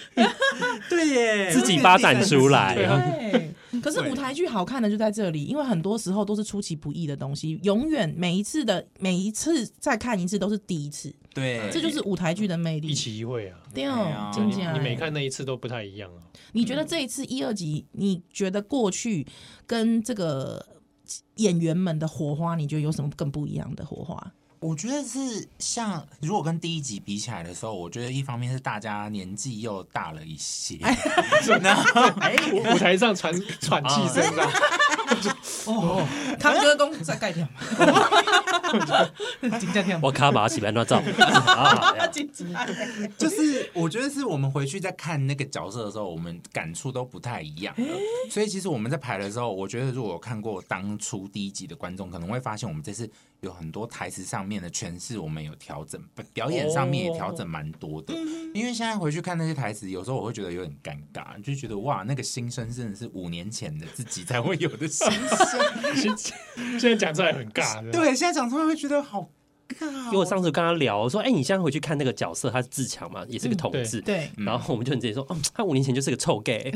Speaker 4: 对耶
Speaker 5: 自己发展出来
Speaker 2: 对啊
Speaker 3: 对。可是
Speaker 4: 对
Speaker 3: 舞台剧好看的就在这里，因为很多时候都是出其不意的东西，永远每一次的每一次再看一次都是第一次，
Speaker 4: 对，
Speaker 3: 这就是舞台剧的魅
Speaker 2: 一
Speaker 3: 力。
Speaker 2: 期一会啊，
Speaker 3: 对
Speaker 4: 哎呀
Speaker 3: 哦，真
Speaker 2: 你
Speaker 3: 假？
Speaker 2: 你每看那一次都不太一样啊。
Speaker 3: 你觉得这一次一二集，你觉得过去跟这个演员们的火花，你觉得有什么更不一样的火花？
Speaker 4: 我觉得是像如果跟第一集比起来的时候，我觉得一方面是大家年纪又大了一些，然后
Speaker 2: *laughs* 舞舞台
Speaker 3: *laughs*
Speaker 2: 上喘喘气声啊，
Speaker 3: 哦，康哥公在盖票嘛，金价跳
Speaker 5: *laughs* 我卡马喜欢乱照啊，
Speaker 3: 金
Speaker 4: *laughs* 就是我觉得是我们回去在看那个角色的时候，我们感触都不太一样了。所以其实我们在排的时候，我觉得如果有看过当初第一集的观众，可能会发现我们这次有很多台词上面的诠释，我们有调整，表演上面也调整蛮多的。因为现在回去看那些台词，有时候我会觉得有点尴尬，就觉得哇，那个心声真的是五年前的自己才会有的心声。
Speaker 2: 现现在讲出来很尬，是吧，
Speaker 4: *laughs* 对，现在讲出来会觉得好尬哦、
Speaker 5: 因为我上次跟他聊，我说：“哎、你现在回去看那个角色，他是自强嘛，也是个同志。
Speaker 3: 对，
Speaker 4: 嗯
Speaker 5: 然后我们就很直接说：“哦，他五年前就是个臭 gay，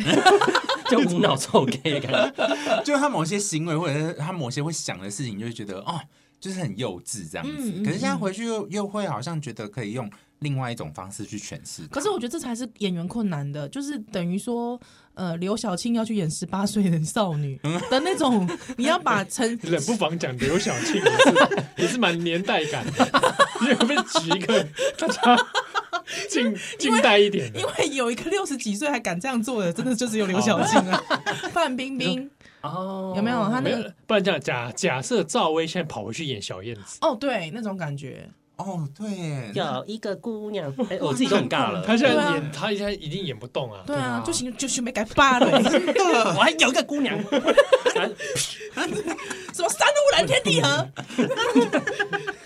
Speaker 5: 就无脑臭 gay 的感觉。
Speaker 4: 就是他某些行为或者是他某些会想的事情，就会觉得哦，就是很幼稚这样子。
Speaker 3: 嗯嗯
Speaker 4: 可是现在回去又又会好像觉得可以用另外一种方式去诠释
Speaker 3: *laughs*
Speaker 4: 它。
Speaker 3: 可是我觉得这才是演员困难的，就是等于说，呃，刘晓庆要去演十八岁的少女的那种，你要把 *laughs* 成
Speaker 2: *laughs* 冷不防讲刘晓庆也是也是蛮年代感的，因为被举一个 *laughs* 大家近近代一点的
Speaker 3: 因，为有一个六十几岁还敢这样做的，真的就只有刘晓庆了。范冰 *laughs* 冰
Speaker 5: 哦
Speaker 3: 有没有？她那
Speaker 2: 没
Speaker 3: 个
Speaker 2: 有，不然这样假假设赵薇现在跑回去演小燕子，
Speaker 3: 哦，对，那种感觉，
Speaker 4: 哦，对，
Speaker 5: 有一个姑娘，哎、我自己都很尬了。
Speaker 2: 她现
Speaker 3: 对啊
Speaker 2: 在演她现在一定演不动啊，
Speaker 3: 对啊
Speaker 4: 啊，
Speaker 3: 就行，就是没改八了，欸 *laughs*
Speaker 5: 我还有一个姑娘，
Speaker 3: 什么三路蓝天地 *laughs* 合，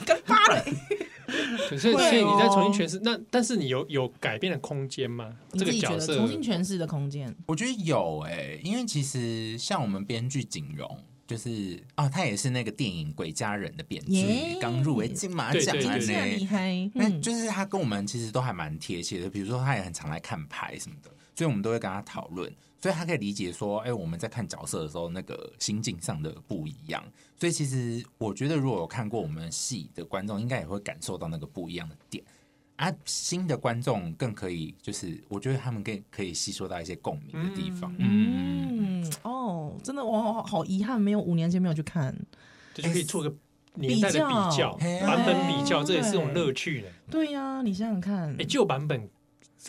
Speaker 3: 改八了。
Speaker 2: 对所以
Speaker 3: 会哦
Speaker 2: 所以你再重新诠释，那但是你有有改变的空间吗？
Speaker 3: 你自
Speaker 2: 这个
Speaker 3: 己觉
Speaker 2: 角
Speaker 3: 得
Speaker 2: 色
Speaker 3: 重新诠释的空间，
Speaker 4: 我觉得有哎、因为其实像我们编剧景荣。就是哦，他也是那个电影《鬼家人》的编剧
Speaker 3: 耶，
Speaker 4: 刚入围金马
Speaker 2: 对
Speaker 4: 奖
Speaker 2: 对
Speaker 4: 啊
Speaker 2: 对
Speaker 3: 真
Speaker 2: 对
Speaker 3: 是很厉
Speaker 4: 呢。
Speaker 3: 害。
Speaker 4: 那
Speaker 3: 嗯，
Speaker 4: 就是他跟我们其实都还蛮贴切的，比如说他也很常来看牌什么的，所以我们都会跟他讨论，所以他可以理解说，哎、我们在看角色的时候那个心境上的不一样。所以其实我觉得，如果有看过我们戏的观众，应该也会感受到那个不一样的点。啊，新的观众更可以，就是我觉得他们更可以吸收到一些共鸣的地方。嗯，
Speaker 3: 嗯，哦，真的，我好好遗憾，没有五年前没有去看。
Speaker 2: 就是可以做个年代的比
Speaker 3: 比
Speaker 2: 较
Speaker 3: 较
Speaker 4: 嘿啊
Speaker 2: 版本比较，
Speaker 3: 哦对
Speaker 2: 这也是一种乐趣呢。
Speaker 3: 对呀、你想想看
Speaker 2: 哎，，旧版本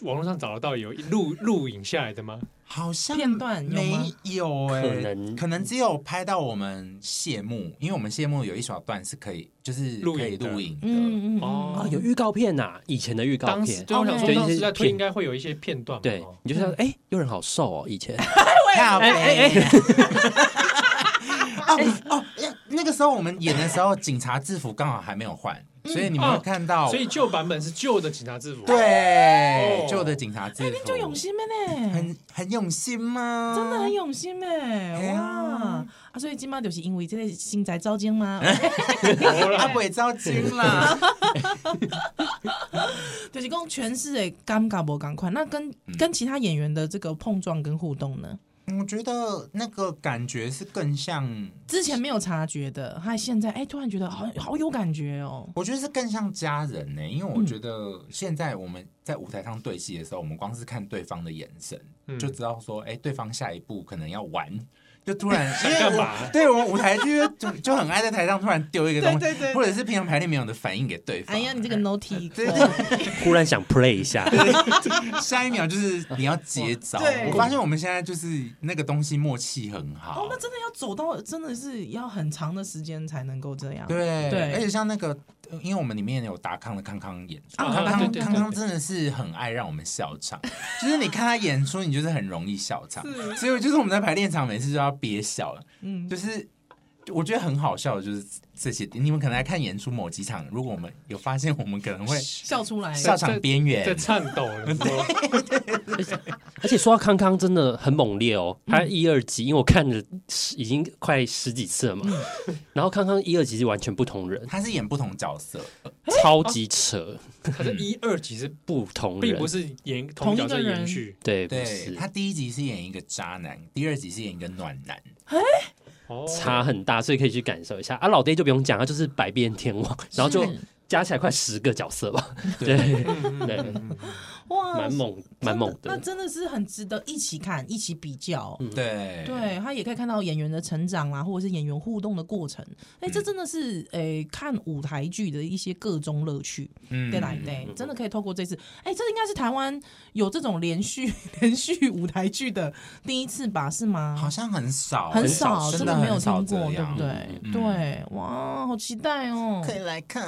Speaker 2: 网络上找得到有录录影下来的吗？
Speaker 4: 好像
Speaker 3: 片段有
Speaker 4: 没
Speaker 3: 吗
Speaker 4: 有哎、
Speaker 5: 可能
Speaker 4: 可能只有拍到我们谢幕，因为我们谢幕有一小段是可以，就是
Speaker 2: 录
Speaker 4: 可
Speaker 2: 影
Speaker 4: 以
Speaker 2: 的
Speaker 4: 录影的。
Speaker 3: 嗯嗯
Speaker 2: 哦
Speaker 5: 啊，有预告片呐、以前的预告
Speaker 2: 当时
Speaker 5: 片。
Speaker 2: 对我想说，
Speaker 3: OK
Speaker 2: 当时在推
Speaker 5: 片
Speaker 2: 应该会有一些片段嘛。
Speaker 5: 对
Speaker 2: 哦，
Speaker 5: 你就想，哎、有人好瘦哦，以前 *laughs*
Speaker 4: 靠北
Speaker 5: 哎哎
Speaker 4: *laughs* 哦哦，那个时候我们演的时候，警察制服刚好还没有换，
Speaker 3: 嗯
Speaker 4: 所以你们会看到，
Speaker 2: 哦所以旧版本是旧的警察制服。啊
Speaker 4: 对
Speaker 2: 哦
Speaker 4: 旧的警察制服，
Speaker 3: 就用心呗呢，
Speaker 4: 很啊很用心吗？
Speaker 3: 真的很用心
Speaker 4: 嘿
Speaker 3: 呗，哇
Speaker 4: 啊
Speaker 3: 啊！所以今妈就是因为这个新宅招精
Speaker 4: *laughs*
Speaker 3: 嘛，
Speaker 2: 好
Speaker 4: 阿
Speaker 2: 啦，
Speaker 4: 啊鬼招金啦， *laughs*
Speaker 3: 就是讲诠释诶尴尬不赶快，那跟
Speaker 2: 嗯
Speaker 3: 跟其他演员的这个碰撞跟互动呢，
Speaker 4: 我觉得那个感觉是更像，
Speaker 3: 之前没有察觉的，还现在哎、突然觉得好好有感觉哦，
Speaker 4: 我觉得是更像家人呢、因为
Speaker 3: 嗯
Speaker 4: 我觉得现在我们在舞台上对戏的时候，我们光是看对方的眼神，
Speaker 2: 嗯
Speaker 4: 就知道说，哎、对方下一步可能要玩，就突
Speaker 3: *laughs*
Speaker 4: 然
Speaker 2: 想干嘛
Speaker 4: 对我们舞台剧就就很爱在台上突然丢一个东西，
Speaker 3: 对对对对
Speaker 4: 或者是平常排练没有的反应给对方。
Speaker 3: 哎呀，你这个 naughty，
Speaker 4: 对
Speaker 3: 哥
Speaker 4: 对
Speaker 5: 忽然想 play
Speaker 2: *laughs*
Speaker 5: 一下，
Speaker 4: 下一秒就是
Speaker 3: *laughs*
Speaker 4: 你要接招。
Speaker 3: 对
Speaker 4: 我发现我们现在就是那个东西默契很好。
Speaker 3: 哦，那真的要走到真的是要很长的时间才能够这样，
Speaker 4: 对
Speaker 3: 对
Speaker 4: 而且像那个，呃因为我们里面有达康的康康演出，
Speaker 3: 啊
Speaker 4: 康
Speaker 3: 对
Speaker 4: 康
Speaker 3: 对对
Speaker 4: 康康真的是很爱让我们笑场，就是你看他演出，你就是很容易笑场，所以就是我们在排练场每次都要憋笑了，
Speaker 3: 嗯，
Speaker 4: 就是。我觉得很好笑的就是这些，你们可能来看演出某几场，如果我们有发现，我们可能会
Speaker 3: 笑出来，
Speaker 4: 笑场边
Speaker 2: 在
Speaker 4: 缘。
Speaker 2: 颤抖了，你知道吗
Speaker 5: 而且说到康康真的很猛烈哦，
Speaker 2: 嗯
Speaker 5: 他一二集，因为我看了十已经快十几次了嘛，
Speaker 2: 嗯
Speaker 5: *laughs* 然后康康一二集是完全不同
Speaker 2: *laughs*
Speaker 5: 人，
Speaker 4: 他是演不同角色，
Speaker 2: 哎
Speaker 5: 超级扯，
Speaker 2: 可是一二其实
Speaker 5: 不同
Speaker 2: 并
Speaker 5: 人
Speaker 2: 不，是延同角色延续
Speaker 5: 对，不
Speaker 4: 对
Speaker 5: 是
Speaker 4: 他第一集是演一个渣男，第二集是演一个暖男，
Speaker 2: 哦，
Speaker 5: 差很大，所以可以去感受一下啊。老爹就不用讲，他就是百变天王，然后就加起来快十个角色吧，对
Speaker 2: 嗯
Speaker 5: 对，
Speaker 3: 哇，
Speaker 5: 蛮猛蛮猛
Speaker 3: 那
Speaker 5: 的。
Speaker 3: 真的是很值得一起看、一起比较。
Speaker 4: 嗯对
Speaker 3: 对他也可以看到演员的成长啦，或者是演员互动的过程。哎、这真的是诶、看舞台剧的一些各种乐趣。
Speaker 4: 嗯
Speaker 3: 对啦，对，真的可以透过这次，哎、这应该是台湾有这种连续 *laughs* 连续舞台剧的第一次吧？是
Speaker 4: 好
Speaker 3: 吗？
Speaker 4: 像很少，
Speaker 3: 很
Speaker 4: 很
Speaker 3: 少，
Speaker 4: 少
Speaker 3: 真的没有听
Speaker 4: 真的
Speaker 3: 过，
Speaker 4: 很少这
Speaker 3: 对
Speaker 4: 样
Speaker 3: 不对？
Speaker 4: 嗯
Speaker 3: 对，哇，好期待哦！
Speaker 4: 以来看。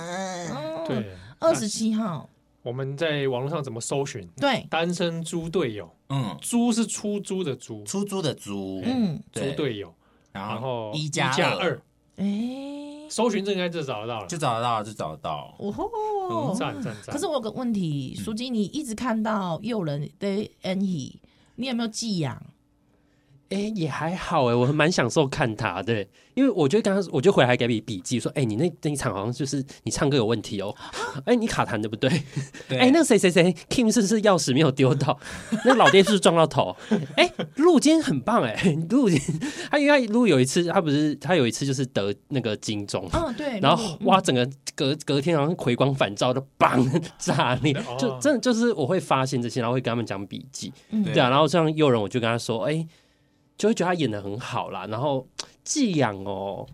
Speaker 3: 嗯，
Speaker 2: 对。
Speaker 3: 二十七号，
Speaker 2: 我们在网络上怎么搜寻？
Speaker 3: 对，
Speaker 2: 单身猪队友，
Speaker 4: 嗯，
Speaker 2: 猪是出租的猪，
Speaker 4: 出租的租，
Speaker 3: 嗯，
Speaker 2: 猪队友，
Speaker 4: 然
Speaker 2: 然后
Speaker 4: 一
Speaker 2: 加
Speaker 4: 加
Speaker 2: 二，，
Speaker 3: 哎、
Speaker 2: 搜寻这应该就找得到了
Speaker 4: 就。找得到，就找得到。
Speaker 3: 哦吼，
Speaker 2: 赞赞赞！
Speaker 3: 可是我有个问
Speaker 5: 嗯
Speaker 3: 题，书记，你一直看到诱人的 n he，你有没有寄养？
Speaker 5: 哎、也还好哎、我蛮享受看他的、因为我觉得刚刚我就回来给你笔记说，哎、你那那一场好像就是你唱歌有问题哦、哎、你卡痰对不对？
Speaker 4: 对，
Speaker 5: 哎、那谁谁谁 Kim 是不是钥匙没有丢到？那老爹是不是撞到头？哎、陆今天很棒哎、陆今他因为他陆有一次他不是他有一次就是得那个金钟。
Speaker 3: 嗯、对，
Speaker 5: 然后
Speaker 3: 嗯
Speaker 5: 哇，整个隔隔天好像回光返照的，砰炸裂
Speaker 2: 哦，
Speaker 5: 就真的就是我会发现这些，然后会跟他们讲笔记，
Speaker 3: 嗯
Speaker 5: 对啊，然后像诱人，我就跟他说，哎、就会觉得他演的很好啦。然后寄养哦，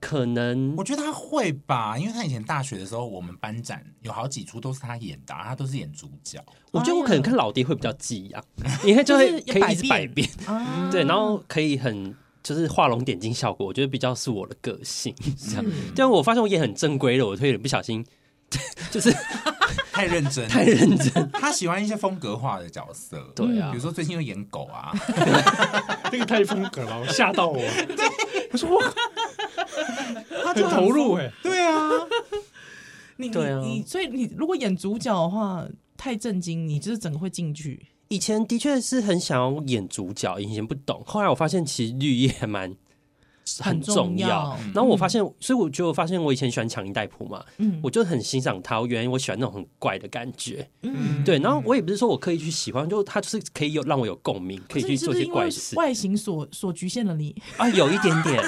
Speaker 5: 可能
Speaker 4: 我觉得他会吧，因为他以前大学的时候，我们班展有好几出都是他演的啊，他都是演主角。
Speaker 5: 我觉得我可能看老爹会比较寄养，因为就会
Speaker 3: *laughs* 就是
Speaker 5: 可以一直
Speaker 3: 百
Speaker 5: 百
Speaker 3: 变
Speaker 5: 变，
Speaker 3: 啊
Speaker 5: 对，然后可以很就是画龙点睛效果，我觉得比较是我的个性。这样，
Speaker 3: 嗯
Speaker 5: 但我发现我演很正规的，我会有点不小心，就是
Speaker 4: 太认真，
Speaker 5: 太认真。
Speaker 4: 他喜欢一些风格化的角色，
Speaker 5: 对啊
Speaker 4: 比如说最近又演狗啊，
Speaker 2: 这个太风格了吧，我吓到我。我说哇，
Speaker 4: 他
Speaker 2: 很
Speaker 4: 就
Speaker 2: 投，入哎，
Speaker 4: 对啊，
Speaker 3: 你
Speaker 5: 对啊
Speaker 3: 你你，所以你如果演主角的话，太震惊，你就是整个会进去。
Speaker 5: 以前的确是很想要演主角，以前不懂，后来我发现其实绿叶还蛮
Speaker 3: 很重
Speaker 5: 重
Speaker 3: 要
Speaker 5: 然后我发现，所以我就发现我以前喜欢强尼戴普嘛，
Speaker 3: 嗯
Speaker 5: 我就很欣赏他，原因我喜欢那种很怪的感觉，
Speaker 3: 嗯，
Speaker 5: 对。然后我也不是说我刻意去喜欢，就他就是可以有让我有共鸣，可以
Speaker 3: 是
Speaker 5: 去
Speaker 3: 你是不
Speaker 5: 做
Speaker 3: 是
Speaker 5: 一些
Speaker 3: 因
Speaker 5: 怪
Speaker 3: 为
Speaker 5: 事
Speaker 3: 外形所所局限了你？
Speaker 5: 啊，有一点点，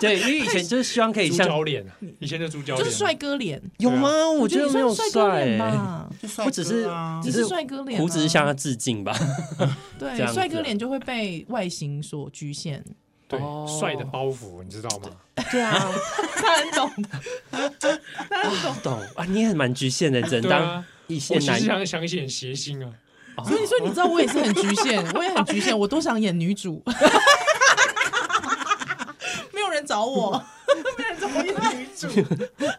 Speaker 5: 对，因为以前就是希望可以
Speaker 2: 猪
Speaker 5: 欸像
Speaker 2: 脚脸，啊以前的猪脚
Speaker 3: 就是
Speaker 2: 脸，
Speaker 3: 帅哥脸，
Speaker 5: 有
Speaker 2: 对啊
Speaker 5: 吗？我觉
Speaker 3: 觉
Speaker 5: 得
Speaker 3: 你
Speaker 5: 没有
Speaker 3: 算帅哥脸
Speaker 5: 欸
Speaker 3: 吧？
Speaker 4: 就帅
Speaker 5: 我只是
Speaker 4: 哥啊
Speaker 5: 只
Speaker 3: 你是帅哥脸啊
Speaker 5: 胡子是向他致敬吧？ *laughs* 这
Speaker 3: 对
Speaker 5: 样，子
Speaker 3: 帅哥脸就会被外形所局限，
Speaker 2: 对
Speaker 5: 哦
Speaker 2: 帅的包袱，你知道吗？
Speaker 5: 对啊，
Speaker 3: 他很懂，他很懂。
Speaker 5: 懂啊，你也蛮局限的，只能
Speaker 2: 对
Speaker 5: 当
Speaker 2: 啊，
Speaker 5: 一些
Speaker 2: 我其
Speaker 5: 男
Speaker 2: 实。想想演谐星啊，
Speaker 5: 哦
Speaker 3: *laughs* 所以说，你知道我也是很局 *laughs* 限，我也很局限，我多想演女 *laughs* 主，没有人找我， *laughs* 没有人找我演女主，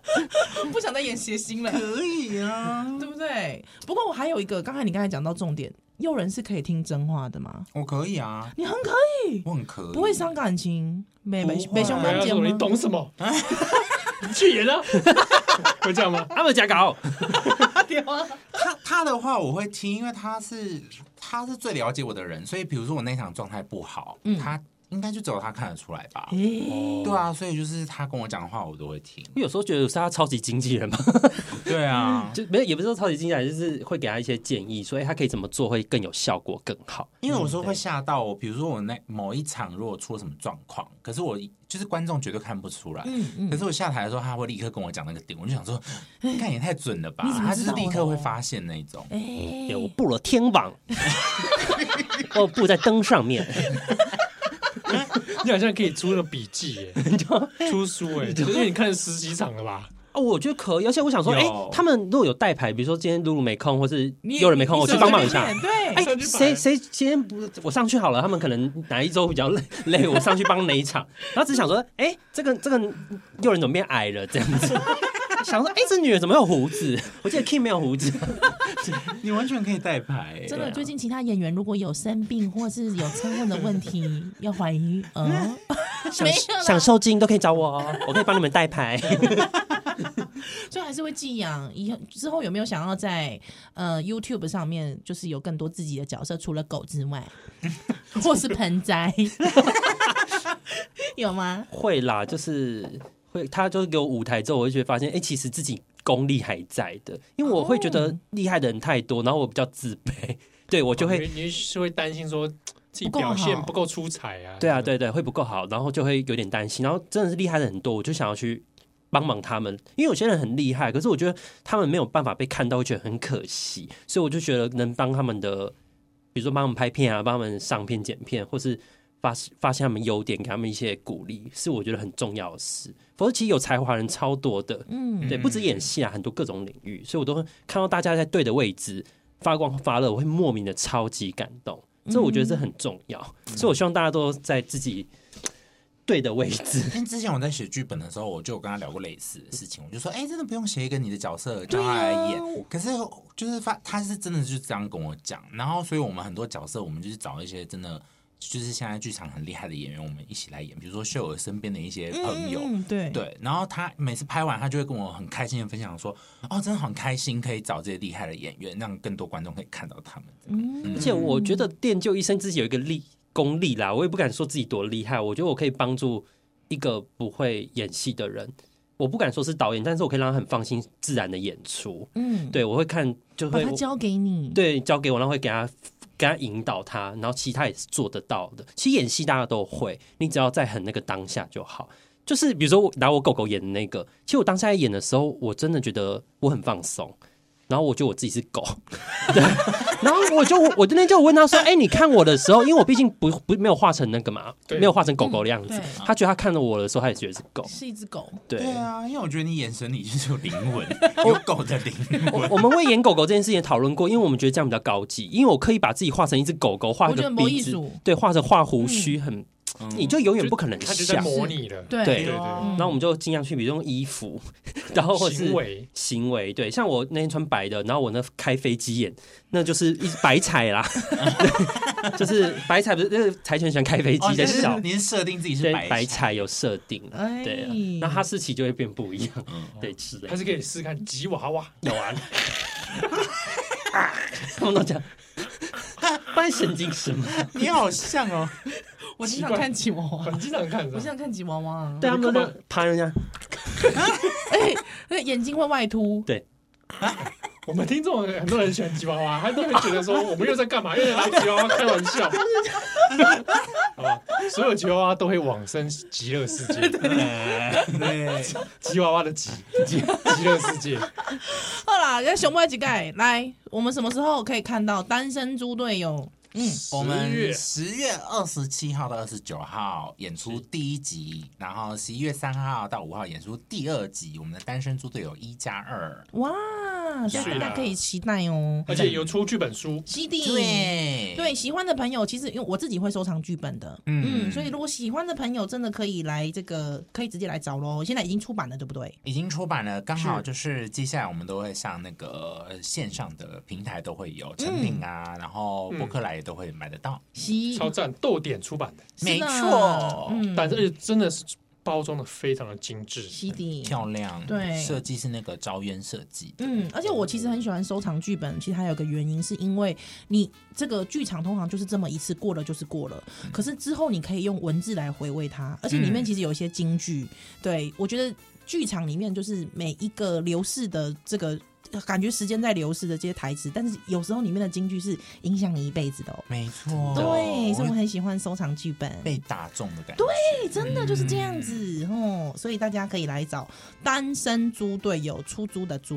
Speaker 3: *laughs* 不想再演谐星了，
Speaker 4: 可以啊，
Speaker 3: 对不对？不过我还有一个，刚才你刚才讲到重点，诱人是可以听真话的吗？
Speaker 4: 我可以啊，
Speaker 3: 你很可以，
Speaker 4: 我很可以，
Speaker 3: 不会伤感情，美美
Speaker 4: 不会
Speaker 3: 美胸
Speaker 2: 我
Speaker 3: 关
Speaker 5: 啊
Speaker 2: 要
Speaker 3: 节
Speaker 2: 啊说
Speaker 3: 吗
Speaker 2: 你？懂什么？你去演啊， *laughs* 会这样
Speaker 5: *laughs*
Speaker 2: 吗？
Speaker 5: 阿们加搞，
Speaker 4: 他他的话我会听，因为他是他是最了解我的人，所以比如说我那场状态不好，他应该就只有他看得出来吧。
Speaker 3: 诶，
Speaker 2: 哦
Speaker 4: 对啊，所以就是他跟我讲的话，我都会
Speaker 3: *laughs*
Speaker 4: 听。
Speaker 5: 我有时候觉得是他超级经纪人嘛， *laughs*
Speaker 4: 对啊，
Speaker 5: 就没有也不是说超级经纪人，就是会给他一些建议，所以他可以怎么做会更有效果更好。
Speaker 4: 因为有时候
Speaker 3: 嗯
Speaker 4: 会吓到我，比如说我那某一场如果出了什么状况，可是我就是观众绝对看不出来，
Speaker 3: 嗯
Speaker 4: 可是我下台的时候他会立刻跟我讲那个点，我
Speaker 3: *laughs*
Speaker 4: 就想说，看也太准了吧，
Speaker 3: 你怎么
Speaker 4: 他就是
Speaker 3: 知道啊哎
Speaker 4: 立
Speaker 3: 的
Speaker 4: 刻会发现那一种。
Speaker 5: 对我布了天网，我布在灯上面，
Speaker 2: 你好像可以出那个笔记
Speaker 5: *laughs*
Speaker 2: 耶，出书哎，就是因为你看十几场了吧？
Speaker 5: 哦，我觉得可以。而且我想说，
Speaker 4: 有
Speaker 5: 哎、他们如果有代牌，比如说今天露露没空，或是
Speaker 3: 你
Speaker 5: 有人没空，
Speaker 3: 你
Speaker 5: 我去
Speaker 3: 手
Speaker 5: 帮忙
Speaker 3: 在
Speaker 5: 一下
Speaker 3: 那。边对，
Speaker 5: 哎
Speaker 2: 上，去
Speaker 5: 谁
Speaker 2: 排
Speaker 5: 谁今天不我上去好了，他们可能哪一周比较累， *laughs* 累我上去帮哪一场，然后只想说，哎、这个这个诱人怎么变矮了这样子？想说，哎、这女人怎么有胡子？我记得 Kim 没有胡子，
Speaker 4: *laughs* 你完全可以代排、
Speaker 3: 真的，最近其他演员如果有生病或是有车祸的问 *laughs* 题，要怀疑， *laughs* 嗯，
Speaker 5: 想
Speaker 3: 没有啦
Speaker 5: 想受精都可以找我哦， *laughs* 我可以帮你们代排。
Speaker 3: 所以还是会寄养。以后之后有没有想要在呃 YouTube 上面，就是有更多自己的角色，除了狗之 *laughs* 外，或是盆栽， *laughs* 有吗？
Speaker 5: 会啦，就是会，他就是给我舞台之后，我就觉得发现，哎、其实自己功力还在的，因为我会觉
Speaker 3: 哦
Speaker 5: 得厉害的人太多，然后我比较自卑，对我就会，
Speaker 2: 你你是会担心说自己
Speaker 3: 不够
Speaker 2: 表现
Speaker 3: 好
Speaker 2: 不够出彩啊？
Speaker 5: 对啊，对对，会不够好，然后就会有点担心，然后真的是厉害的很多，我就想要去帮忙他们，因为有些人很厉害，可是我觉得他们没有办法被看到，会觉得很可惜，所以我就觉得能帮他们的，比如说帮他们拍片啊，帮他们上片剪片，或是。发发现他们优点，给他们一些鼓励，是我觉得很重要的事。否则，其实有才华的人超多的，
Speaker 3: 嗯，
Speaker 5: 对，不止演戏啊，很多各种领域，所以我都会看到大家在对的位置发光发热，我会莫名的超级感动，这我觉得这很重要，所以我希望大家都在自己对的位置。
Speaker 4: 因为之前我在写剧本的时候，我就有跟他聊过类似的事情，我就说，哎、真的不用写一个你的角色叫他来演。
Speaker 5: 啊
Speaker 4: 可是就是发，他是真的就是这样跟我讲，然后所以我们很多角色，我们就是找一些真的。就是现在剧场很厉害的演员，我们一起来演，比如说秀儿身边的一些朋友，
Speaker 3: 嗯，对，
Speaker 4: 对，然后他每次拍完，他就会跟我很开心的分享说：“哦，真的很开心，可以找这些厉害的演员，让更多观众可以看到他们。
Speaker 3: 嗯
Speaker 5: 而且我觉得练就一生自己有一个力功力啦，我也不敢说自己多厉害，我觉得我可以帮助一个不会演戏的人，我不敢说是导演，但是我可以让他很放心自然的演出。
Speaker 3: 嗯，
Speaker 5: 对，我会看，就
Speaker 3: 把
Speaker 5: 会
Speaker 3: 它交给你，，
Speaker 5: 对，交给我，然后会给他给他引导他，然后其他也是做得到的。其实演戏大家都会，你只要在很那个当下就好。就是比如说我拿我狗狗演的那个，其实我当下在演的时候，我真的觉得我很放松。然后我觉得我自己是狗， *laughs* 对。然后我就我今天就问他说：“哎、你看我的时候，因为我毕竟不不没有画成那个嘛，
Speaker 2: 对
Speaker 5: 没有画成狗狗的样子
Speaker 3: 嗯对。
Speaker 5: 他觉得他看着我的时候，他也觉得是狗。
Speaker 3: 是一只狗，
Speaker 5: 对，
Speaker 4: 啊，因为我觉得你眼神里就是有灵
Speaker 5: *laughs*
Speaker 4: 魂，有狗的灵
Speaker 5: 我
Speaker 4: 魂。
Speaker 5: 我们为演狗狗这件事情也讨论过，因为我们觉得这样比较高级，因为我刻意把自己画成一只狗狗，画
Speaker 3: 我觉得
Speaker 5: 个
Speaker 3: 某艺
Speaker 5: 鼻子
Speaker 3: 术，
Speaker 5: 对，画着画胡须，很你嗯就永远不可能
Speaker 2: 他就在
Speaker 5: 像。
Speaker 2: 模拟了
Speaker 3: 对
Speaker 5: 对
Speaker 2: 对
Speaker 3: 嗯
Speaker 5: 然后我们就尽量去，比如用衣服， *laughs* 然哦后或是
Speaker 2: 行为，
Speaker 5: 行为，对，像我那天穿白的，然后我那开飞机眼，那就是一白彩啦， *laughs* 对就是白彩不是那个柴犬喜欢开飞
Speaker 4: 哦，
Speaker 5: 机
Speaker 4: 你
Speaker 5: 的
Speaker 4: 是
Speaker 5: 小，
Speaker 4: 你是设定自己是
Speaker 5: 对，
Speaker 4: 白
Speaker 5: 白，彩有设定啦，
Speaker 3: 哎
Speaker 5: 对啊，那哈士奇就会变不一样，对，嗯是的
Speaker 2: 他，是可以试试看吉娃娃，
Speaker 5: 有
Speaker 2: *laughs*
Speaker 5: 啊，他们都 *laughs* 讲，扮神经什么？
Speaker 4: 你好像哦，
Speaker 3: 我经常看吉娃娃，
Speaker 2: 你经常看
Speaker 3: 我经
Speaker 2: 是吧？
Speaker 3: 常看吉娃啊娃，
Speaker 5: *laughs* 对他们都趴人家，
Speaker 3: 哎，那眼睛会外凸，
Speaker 2: 我们听众很多人喜欢吉娃娃，他都会觉得说我们又在干嘛？又在拿吉娃娃开玩笑。 *laughs* 好吧，所有吉娃娃都会往生极乐世界，*laughs*
Speaker 4: *laughs* 对，
Speaker 2: 吉娃娃的极极极乐世界。
Speaker 3: 好啦，要熊猫几盖来，我们什么时候可以看到单身猪队友？
Speaker 4: 我
Speaker 2: 十月
Speaker 4: 们十月二十七号到二十九号演出第一集，然后十一月三号到五号演出第二集，我们的单身猪队友一加二。
Speaker 3: 哇，所以
Speaker 2: 是
Speaker 3: 大
Speaker 2: 啦
Speaker 3: 家可以期待哦。
Speaker 2: 而且有出剧本书，
Speaker 3: 基地
Speaker 4: 对
Speaker 3: 对，喜欢的朋友，其实因为我自己会收藏剧本的，
Speaker 4: 嗯
Speaker 3: 嗯所以如果喜欢的朋友真的可以来这个，可以直接来找喽。现在已经出版了，对不对？
Speaker 4: 已经出版了，刚好就是接下来我们都会上那个呃线上的平台都会有成品啊，然后博客来也都会买得到。
Speaker 3: 喜
Speaker 2: 嗯超赞，豆点出版的，
Speaker 3: 是的
Speaker 4: 没错
Speaker 3: 嗯，
Speaker 2: 但是而且真的是包装的非常的精致，
Speaker 3: 基地。
Speaker 4: 漂亮，
Speaker 3: 对
Speaker 4: 设计是那个招渊设计的，
Speaker 3: 嗯，而且我其实很喜欢收藏剧本，其实还有个原因是因为你这个剧场通常就是这么一次过了就是过了，可是之后你可以用文字来回味它，而且里面其实有一些金句，对我觉得剧场里面就是每一个流逝的这个。感觉时间在流逝的这些台词，但是有时候里面的金句是影响你一辈子的哦。
Speaker 4: 没错，
Speaker 3: 对，所以我
Speaker 4: 会
Speaker 3: 很喜欢收藏剧本。
Speaker 4: 被打中的感觉。对，
Speaker 3: 对，真的就是这样子哦，所以大家可以来找单身猪队友，出租的猪。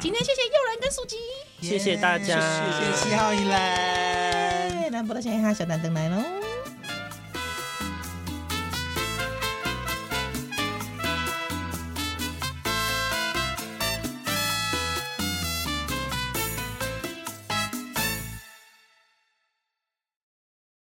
Speaker 3: 今天谢谢佑然跟素吉。
Speaker 5: 谢谢大家
Speaker 4: 谢谢七号以来。
Speaker 3: 哎南部的小黑哈小丹登来喽。